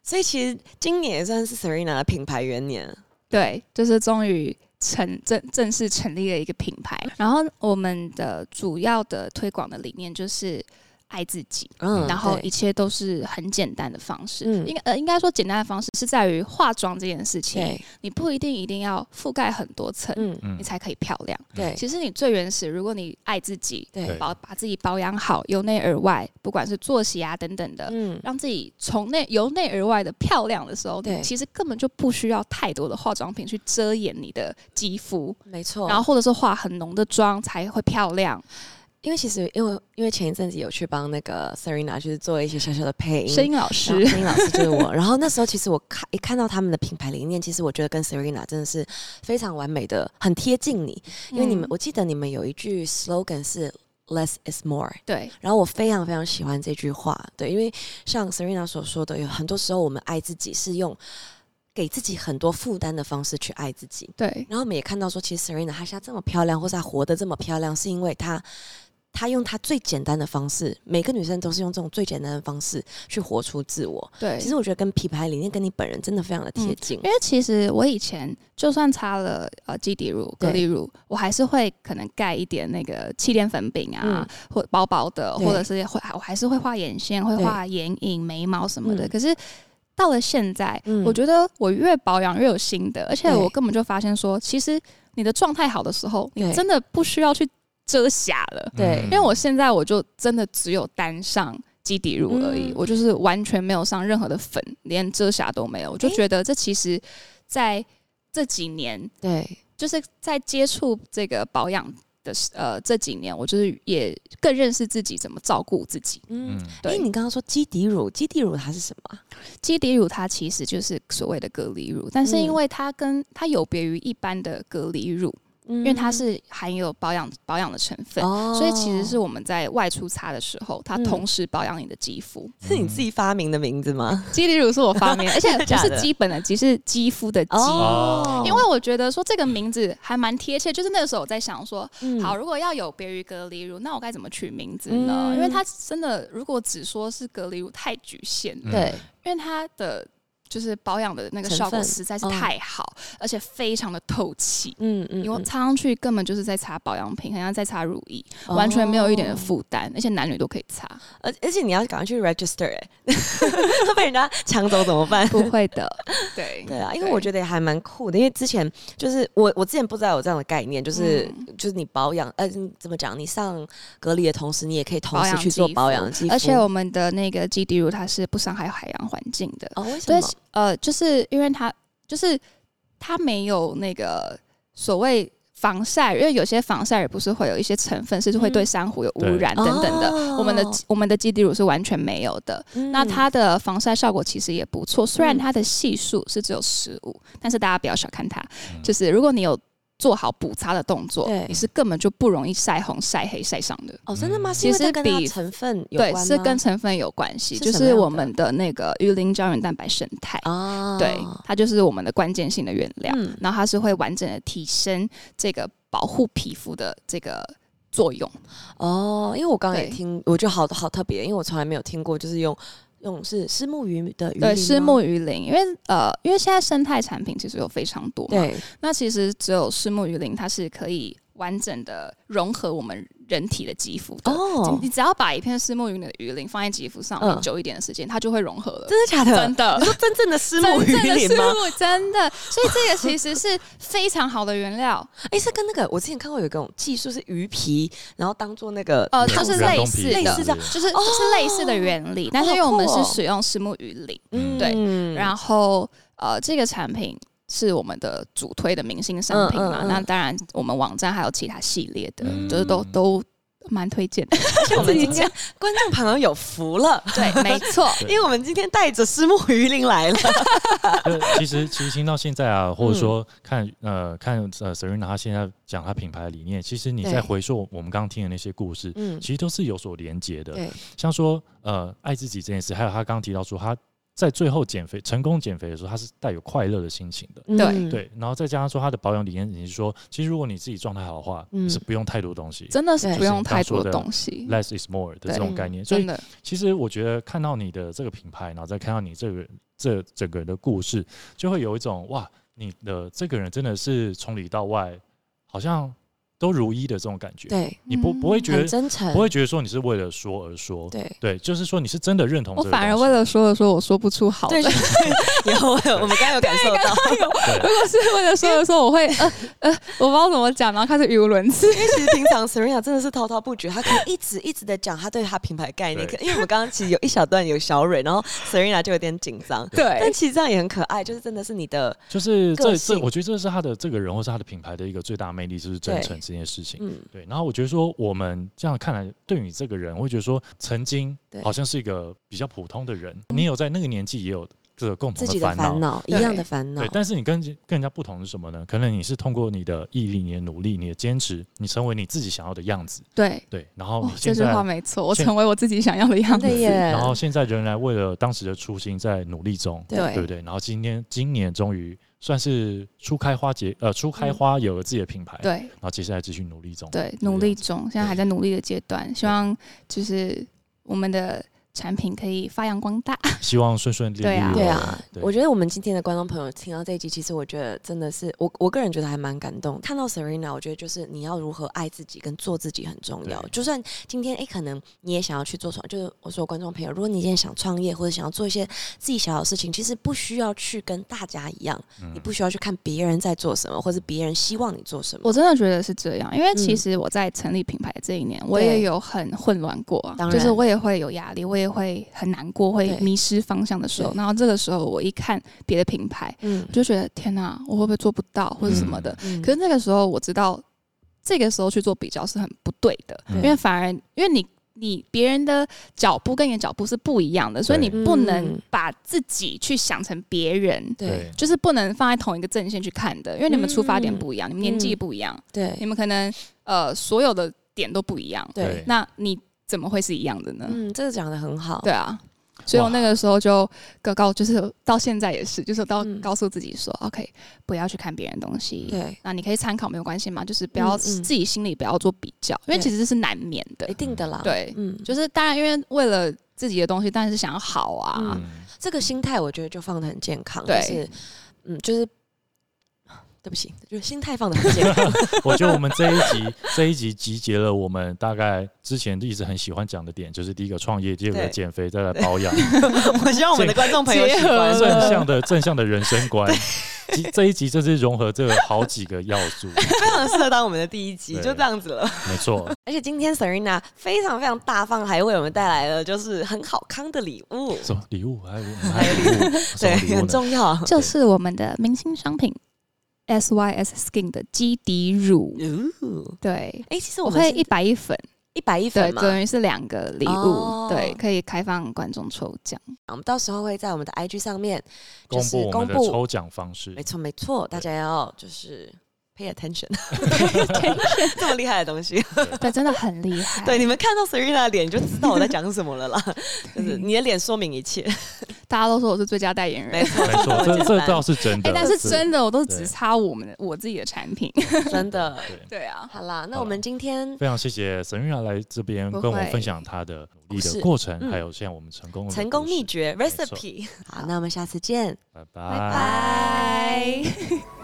Speaker 2: 所以其实今年也算是 Serena 的品牌元年， 啊
Speaker 3: 对，就是终于成正正式成立了一个品牌。然后我们的主要的推广的理念就是。爱自己，
Speaker 2: 嗯
Speaker 3: 然后
Speaker 2: 对
Speaker 3: 一切都是很简单的方式。
Speaker 2: 嗯
Speaker 3: 应该呃，应该说简单的方式是在于化妆这件事情，
Speaker 2: 对，
Speaker 3: 你不一定一定要覆盖很多层，
Speaker 2: 嗯，
Speaker 1: 嗯
Speaker 3: 你才可以漂亮。
Speaker 2: 对，
Speaker 3: 其实你嗯最原始，如果你爱自己，
Speaker 2: 对，
Speaker 3: 保把自己保养好，由内而外，不管是作息啊等等的，
Speaker 2: 嗯，
Speaker 3: 让自己从内由内而外的漂亮的时候，
Speaker 2: 对
Speaker 3: 你其实根本就不需要太多的化妆品去遮掩你的肌肤，
Speaker 2: 没错。
Speaker 3: 然后或者是化很浓的妆才会漂亮。
Speaker 2: 因为其实因为因为前一阵子有去帮那个 Serena 就是做一些小小的配音，
Speaker 3: 声音老
Speaker 2: 然后
Speaker 3: 师，
Speaker 2: 声音老师就是 我。然后那时候其实我看一看到他们的品牌理念，其实我觉得跟 Serena 真的是非常完美的，很贴近你。因为你们，
Speaker 3: 嗯
Speaker 2: 我记得你们有一句 slogan 是 “less is more”。
Speaker 3: 对
Speaker 2: 然后我非常非常喜欢这句话，对，因为像 Serena 所说的，有很多时候我们爱自己是用给自己很多负担的方式去爱自己。
Speaker 3: 对
Speaker 2: 然后我们也看到说，其实 Serena 她现在这么漂亮，或是她活得这么漂亮，是因为她她用她最简单的方式，每个女生都是用这种最简单的方式去活出自我。
Speaker 3: 对，嗯
Speaker 2: 其实我觉得跟品牌理念跟你本人真的非常的贴近。
Speaker 3: 因为其实我以前就算擦了呃基底乳、
Speaker 2: 对
Speaker 3: 隔离乳，我还是会可能盖一点那个气垫粉饼啊，或薄薄的，
Speaker 2: 嗯对
Speaker 3: 或者是会我还是会画眼线、会
Speaker 2: 对
Speaker 3: 画眼影、眉毛什么的。
Speaker 2: 嗯
Speaker 3: 可是到了现在，
Speaker 2: 嗯
Speaker 3: 我觉得我越保养越有心得，而且
Speaker 2: 对
Speaker 3: 我根本就发现说，其实你的状态好的时候，
Speaker 2: 对
Speaker 3: 你真的不需要去遮瑕 了。
Speaker 2: 对
Speaker 3: 因为我现在我就真的只有单上基底乳而已，
Speaker 2: 嗯
Speaker 3: 我就是完全没有上任何的粉，连遮瑕都没有。我就觉得这其实在这几年，
Speaker 2: 对，
Speaker 3: 就是在接触这个保养的时呃这几年，我就是也更认识自己怎么照顾自己。
Speaker 2: 嗯。
Speaker 1: 嗯
Speaker 2: 哎、
Speaker 3: 对，
Speaker 2: 你刚刚说基底乳，基底乳它是什么啊？
Speaker 3: 基底乳它其实就是所谓的隔离乳，但是
Speaker 2: 嗯
Speaker 3: 因为它跟它有别于一般的隔离乳，因为
Speaker 2: 嗯
Speaker 3: 它是含有保养保养的成分。
Speaker 2: 哦
Speaker 3: 所以其实是我们在外出擦的时候，它
Speaker 2: 嗯
Speaker 3: 同时保养你的肌肤。
Speaker 2: 是你自己发明的名字 吗？
Speaker 3: 基底乳是我发明的，而且
Speaker 2: 真的
Speaker 3: 不
Speaker 2: 假的
Speaker 3: 是基本的肌，是肌肤的肌。
Speaker 1: 哦
Speaker 3: 因为我觉得说这个名字还蛮贴切，就是那个时候我在想说，
Speaker 2: 嗯
Speaker 3: 好，如果要有别于隔离乳，那我该怎么取名字呢？
Speaker 2: 嗯
Speaker 3: 因为它真的如果只说是隔离乳太局限
Speaker 1: 嗯
Speaker 3: 了，
Speaker 2: 嗯对，
Speaker 3: 因为它的就是保养的那个
Speaker 2: 成
Speaker 3: 效果
Speaker 2: 分
Speaker 3: 实在是
Speaker 2: 嗯
Speaker 3: 太好，而且非常的透气。
Speaker 2: 嗯嗯
Speaker 3: 因为
Speaker 2: 嗯
Speaker 3: 擦上去根本就是在擦保养品，很像在擦乳液，完全没有一点的
Speaker 2: 哦
Speaker 3: 负担，而且男女都可以擦，
Speaker 2: 而而且你要赶快去 register 哎、欸，被人家抢走怎么办？
Speaker 3: 不会的， 对
Speaker 2: 对啊，因为我觉得也还蛮酷的，因为之前就是我我之前不知道有这样的概念，就是、
Speaker 3: 嗯
Speaker 2: 就是你保养，呃，你怎么讲？你上隔离的同时，你也可以同时去做保养肌肤，
Speaker 3: 而且我们的那个基底乳它是不伤害海洋环境的，
Speaker 2: 哦，为什
Speaker 3: 对
Speaker 2: 么？，
Speaker 3: 呃，就是因为它就是它没有那个所谓防晒，因为有些防晒也不是会有一些成分是会对珊瑚有污染
Speaker 2: 对
Speaker 3: 等等的，
Speaker 2: 嗯哦
Speaker 3: 我们的我们的基底乳是完全没有的。
Speaker 2: 嗯
Speaker 3: 那它的防晒效果其实也不错，虽然它的系数是只有十五，但是大家不要小看它，就是如果你有做好补擦的动作
Speaker 2: 对，
Speaker 3: 你是根本就不容易晒红、晒黑、晒伤的。
Speaker 2: 哦，真的吗？是
Speaker 3: 嗯其
Speaker 2: 因为
Speaker 3: 实
Speaker 2: 它跟它
Speaker 3: 比
Speaker 2: 成分有关
Speaker 3: 对，
Speaker 2: 吗？
Speaker 3: 是跟成分有关系，
Speaker 2: 是
Speaker 3: 就
Speaker 2: 什么
Speaker 3: 是
Speaker 2: 样
Speaker 3: 我
Speaker 2: 的
Speaker 3: 们的那个鱼鳞胶原蛋白生态，
Speaker 2: 哦，
Speaker 3: 对，它就是我们的关键性的原料，
Speaker 2: 嗯
Speaker 3: 然后它是会完整的提升这个保护皮肤的这个作用。
Speaker 2: 哦，因为我刚刚也
Speaker 3: 对
Speaker 2: 听，我觉得好好特别，因为我从来没有听过，就是用用是石木鱼的鱼
Speaker 3: 对，
Speaker 2: 鳞
Speaker 3: 石
Speaker 2: 吗
Speaker 3: 木鱼鳞，因为呃，因为现在生态产品其实有非常多嘛，
Speaker 2: 对
Speaker 3: 那其实只有石木鱼鳞它是可以完整的融合我们人体的肌肤的。
Speaker 2: 哦
Speaker 3: 你，只要把一片石木鱼的鱼鳞放在肌肤上面
Speaker 2: 嗯
Speaker 3: 久一点的时间，它就会融合了。
Speaker 2: 真的假的？
Speaker 3: 真的
Speaker 2: 你，说真正的石
Speaker 3: 真
Speaker 2: 木鱼
Speaker 3: 正的
Speaker 2: 鳞
Speaker 3: 食
Speaker 2: 吗？
Speaker 3: 物，真的，所以这个其实是非常好的原料，
Speaker 2: 哎、是跟那个我之前看过有一种技术是鱼皮，然后当做那个
Speaker 3: 呃，
Speaker 1: 人
Speaker 3: 就
Speaker 1: 工
Speaker 3: 是
Speaker 1: 皮
Speaker 3: 类
Speaker 1: 肤
Speaker 3: 似
Speaker 2: 类
Speaker 3: 的
Speaker 2: 似，的
Speaker 3: 就是就是类似的原理，但是因为我们
Speaker 2: 哦
Speaker 3: 是使用石木鱼鳞，
Speaker 2: 嗯
Speaker 3: 对
Speaker 2: 对
Speaker 3: 然后呃，这个产品是我们的主推的明星商品嘛
Speaker 2: 嗯嗯，嗯
Speaker 3: 那当然我们网站还有其他系列的，
Speaker 1: 嗯
Speaker 3: 就是都都蛮推荐的，
Speaker 2: 我们 今天观众朋友有福了，
Speaker 3: 对，没错，
Speaker 2: 因为我们今天带着石木鱼鳞来了。
Speaker 1: 就其实其实听到现在
Speaker 3: 嗯
Speaker 1: 啊，或者说看呃看呃 Serena 她现在讲她品牌的理念，其实你
Speaker 2: 对
Speaker 1: 在回溯我们刚刚听的那些故事，
Speaker 2: 嗯
Speaker 1: 其，实都是有所连结的。
Speaker 2: 对，
Speaker 1: 像说呃爱自己这件事，还有她刚刚提到说她在最后减肥成功减肥的时候，她是带有快乐的心情
Speaker 2: 嗯
Speaker 1: 的。
Speaker 3: 对
Speaker 1: 对，然后再加上说她的保养理念，你是说，其实如果你自己状态好的话，
Speaker 2: 嗯
Speaker 1: 是不用太多东西
Speaker 3: 真的是
Speaker 2: 对
Speaker 3: 不用太多的东西，
Speaker 1: ，less is more 的
Speaker 3: 对
Speaker 1: 这种概念。所以
Speaker 3: 真的，
Speaker 1: 其实我觉得看到你的这个品牌，然后再看到你这个这整个人的故事，就会有一种哇，你的这个人真的是从里到外，好像都如一的这种感觉。
Speaker 2: 对，嗯
Speaker 1: 你不不会觉
Speaker 2: 很
Speaker 1: 得
Speaker 2: 真诚，
Speaker 1: 不会觉得说你是为了说而说，
Speaker 2: 对。
Speaker 1: 对，就是说你是真的认同
Speaker 3: 我
Speaker 1: 这个东西。
Speaker 3: 反而为了说了说，我说不出好的。
Speaker 2: 对，
Speaker 3: 如
Speaker 2: 以后我们 刚刚有感受到，
Speaker 1: 对
Speaker 3: 果是为了说了说，我会呃呃，我不知道怎么讲，然后开始语无伦次。
Speaker 2: 因为 其实平常 Serena 真的是滔滔不绝，她可以一直一直的讲她对她品牌概念。
Speaker 1: 对
Speaker 2: 可因为我们刚刚其实有一小段有小蕊，然后 Serena 就有点紧张，但
Speaker 3: 对，
Speaker 2: 其实这样也很可爱，就是真的是你的，
Speaker 1: 就是
Speaker 2: 个
Speaker 1: 这这，
Speaker 2: 性
Speaker 1: 我觉得这是他的这个人或是他的品牌的一个最大魅力，就是真
Speaker 2: 对
Speaker 1: 诚这件事情。
Speaker 2: 嗯，
Speaker 1: 对，然后我觉得说我们这样看来，对你这个人，我会觉得说曾经
Speaker 2: 对嗯
Speaker 1: 好像是一个比较普通的人，你有在那个年纪也有这个共同
Speaker 2: 自己
Speaker 1: 烦
Speaker 2: 烦
Speaker 1: 恼。
Speaker 2: 恼一
Speaker 3: 对
Speaker 2: 样的烦恼
Speaker 1: 对，，但是你跟跟人家不同是什么呢？可能你是通过你的毅力、你的努力、你的坚持，你成为你自己想要的样子。
Speaker 3: 对，
Speaker 1: 对，然后
Speaker 3: 哇
Speaker 1: 你，
Speaker 3: 哦这
Speaker 1: 现
Speaker 3: 句
Speaker 1: 在，
Speaker 3: 话没错，我
Speaker 1: 现
Speaker 3: 成为我自己想要的样
Speaker 2: 真
Speaker 3: 子
Speaker 2: 的。耶
Speaker 1: 然，后现在仍然为了当时的初心在努力中，
Speaker 3: 对
Speaker 1: 对不对？然后今天今年终于算是初开花结呃初
Speaker 2: 嗯
Speaker 1: 开花，有了自己的品牌，
Speaker 3: 对，
Speaker 1: 然后接下来继续努力中。
Speaker 3: 对，
Speaker 1: 这
Speaker 3: 努力
Speaker 1: 样
Speaker 3: 中，现在还在努力的阶段，希望就是我们的产品可以发扬光大。
Speaker 1: 希望顺顺利利。哦
Speaker 3: 对啊
Speaker 2: 对啊，
Speaker 1: 对
Speaker 2: 我觉得我们今天的观众朋友听到这一集，其实我觉得真的是我我个人觉得还蛮感动。看到 Serena，我觉得就是你要如何爱自己跟做自己很重要。
Speaker 1: 对
Speaker 2: 就算今天诶，可能你也想要去做什么，就是我说观众朋友，如果你今天想创业或者想要做一些自己小的事情，其实不需要去跟大家一样，
Speaker 1: 嗯
Speaker 2: 你不需要去看别人在做什么，或者别人希望你做什么。
Speaker 3: 我真的觉得是这样，因为其
Speaker 2: 嗯
Speaker 3: 实我在成立品牌这一年，我也有很混乱过啊
Speaker 2: 当，
Speaker 3: 就是
Speaker 2: 然
Speaker 3: 我也会有压力，我也会很难过，会
Speaker 2: 对
Speaker 3: 迷失方向的时候。
Speaker 2: 对
Speaker 3: 然后这个时候，我一看别的品牌，
Speaker 2: 嗯
Speaker 3: 我就觉得天哪，我会不会做不到或者什么的？
Speaker 2: 嗯
Speaker 3: 可是那个时候，我知道这个时候去做比较是很不对的，
Speaker 1: 嗯
Speaker 3: 因为反而因为你。你别人的脚步跟你的脚步是不一样的，所以你
Speaker 1: 对
Speaker 3: 不能
Speaker 2: 嗯
Speaker 3: 把自己去想成别人，
Speaker 2: 对
Speaker 3: 就是不能放在同一个阵线去看的，因为你们出发点不一样，你们年纪
Speaker 2: 嗯
Speaker 3: 不一样，你
Speaker 2: 对
Speaker 3: 们可能呃所有的点都不一样，
Speaker 2: 对，
Speaker 3: 那你怎么会是一样的呢？
Speaker 2: 嗯，这个讲的很好。
Speaker 3: 对啊，所以我那个时候就告告，就是到现在也是，就是到
Speaker 2: 嗯
Speaker 3: 告诉自己说、o k 不要去看别人的东西，
Speaker 2: 对，
Speaker 3: 那你可以参考没有关系嘛，就是不要、
Speaker 2: 嗯嗯
Speaker 3: 自己心里不要做比较，因为
Speaker 2: 对
Speaker 3: 其实是难免的
Speaker 2: 一。定的啦。，
Speaker 3: 对，
Speaker 2: 嗯，
Speaker 3: 就是当然，因为为了自己的东西，当然是想要好啊，
Speaker 2: 嗯这个心态我觉得就放的很健康，就
Speaker 3: 对
Speaker 2: 是嗯，就是对不起，就是心态放的很健康，
Speaker 1: 我觉得我们这一集 这一集集结了我们大概之前一直很喜欢讲的点，就是第一个创业，第二个
Speaker 2: 对
Speaker 1: 减肥，再来保养，
Speaker 2: 我希望我们的观 众朋友喜欢
Speaker 3: 结合
Speaker 1: 正
Speaker 3: 了
Speaker 1: 向的正向的人生观。其这一集真是融合这个好几个要 素，
Speaker 2: 非常适合当我们的第一集，
Speaker 1: 对
Speaker 2: 就这样子了。
Speaker 1: 没错。
Speaker 2: 而且今天 Serena 非常非常大方，还为我们带来了就是很好康的礼物，
Speaker 1: 什么礼物？还有还有礼物？什
Speaker 2: 对
Speaker 1: 么，礼物呢？
Speaker 2: 很重要。
Speaker 3: 就是我们的明星商品 S Y S Skin 的基底乳，
Speaker 2: 哦，
Speaker 3: 对，
Speaker 2: 哎，其实
Speaker 3: 我
Speaker 2: 们
Speaker 3: 会
Speaker 2: 是
Speaker 3: 一百一粉，
Speaker 2: 一百一
Speaker 3: 对，
Speaker 2: 粉嘛，
Speaker 3: 等于是两个礼物，
Speaker 2: 哦
Speaker 3: 对，可以开放观众抽奖。
Speaker 2: 我们到时候会在我们的 IG 上面，就
Speaker 1: 公
Speaker 2: 是
Speaker 1: 布我们的
Speaker 2: 公布
Speaker 1: 抽奖方式
Speaker 2: 没。错没错，大家要就是 pay attention，这么厉害的东西。
Speaker 3: 对，真的很厉害。
Speaker 2: 对，你们看到 Serena 的脸就知道我在讲什么了啦。 就是你的脸说明一切，
Speaker 3: 大家都说我是最佳代言人，
Speaker 2: 没错，
Speaker 1: 没错，这这倒是真
Speaker 3: 哎、
Speaker 1: 的。
Speaker 3: 但是真的，我都
Speaker 1: 对
Speaker 3: 只差我们的我自己的产品。
Speaker 2: 真的。
Speaker 1: 对。
Speaker 3: 对啊，
Speaker 2: 好啦，那
Speaker 1: 好
Speaker 2: 我
Speaker 1: 啦
Speaker 2: 们今天
Speaker 1: 非常谢谢 Serena 来这边
Speaker 3: 不
Speaker 1: 跟我们
Speaker 3: 会
Speaker 1: 分享她的努力
Speaker 2: 故
Speaker 1: 的
Speaker 2: 事
Speaker 1: 过程，
Speaker 2: 嗯
Speaker 1: 还有现在我们成功的
Speaker 2: 成功
Speaker 1: 故事
Speaker 2: 秘诀
Speaker 1: 没错
Speaker 2: recipe。好，那我们下次见，
Speaker 1: 拜
Speaker 3: 拜
Speaker 1: 拜。
Speaker 3: 拜。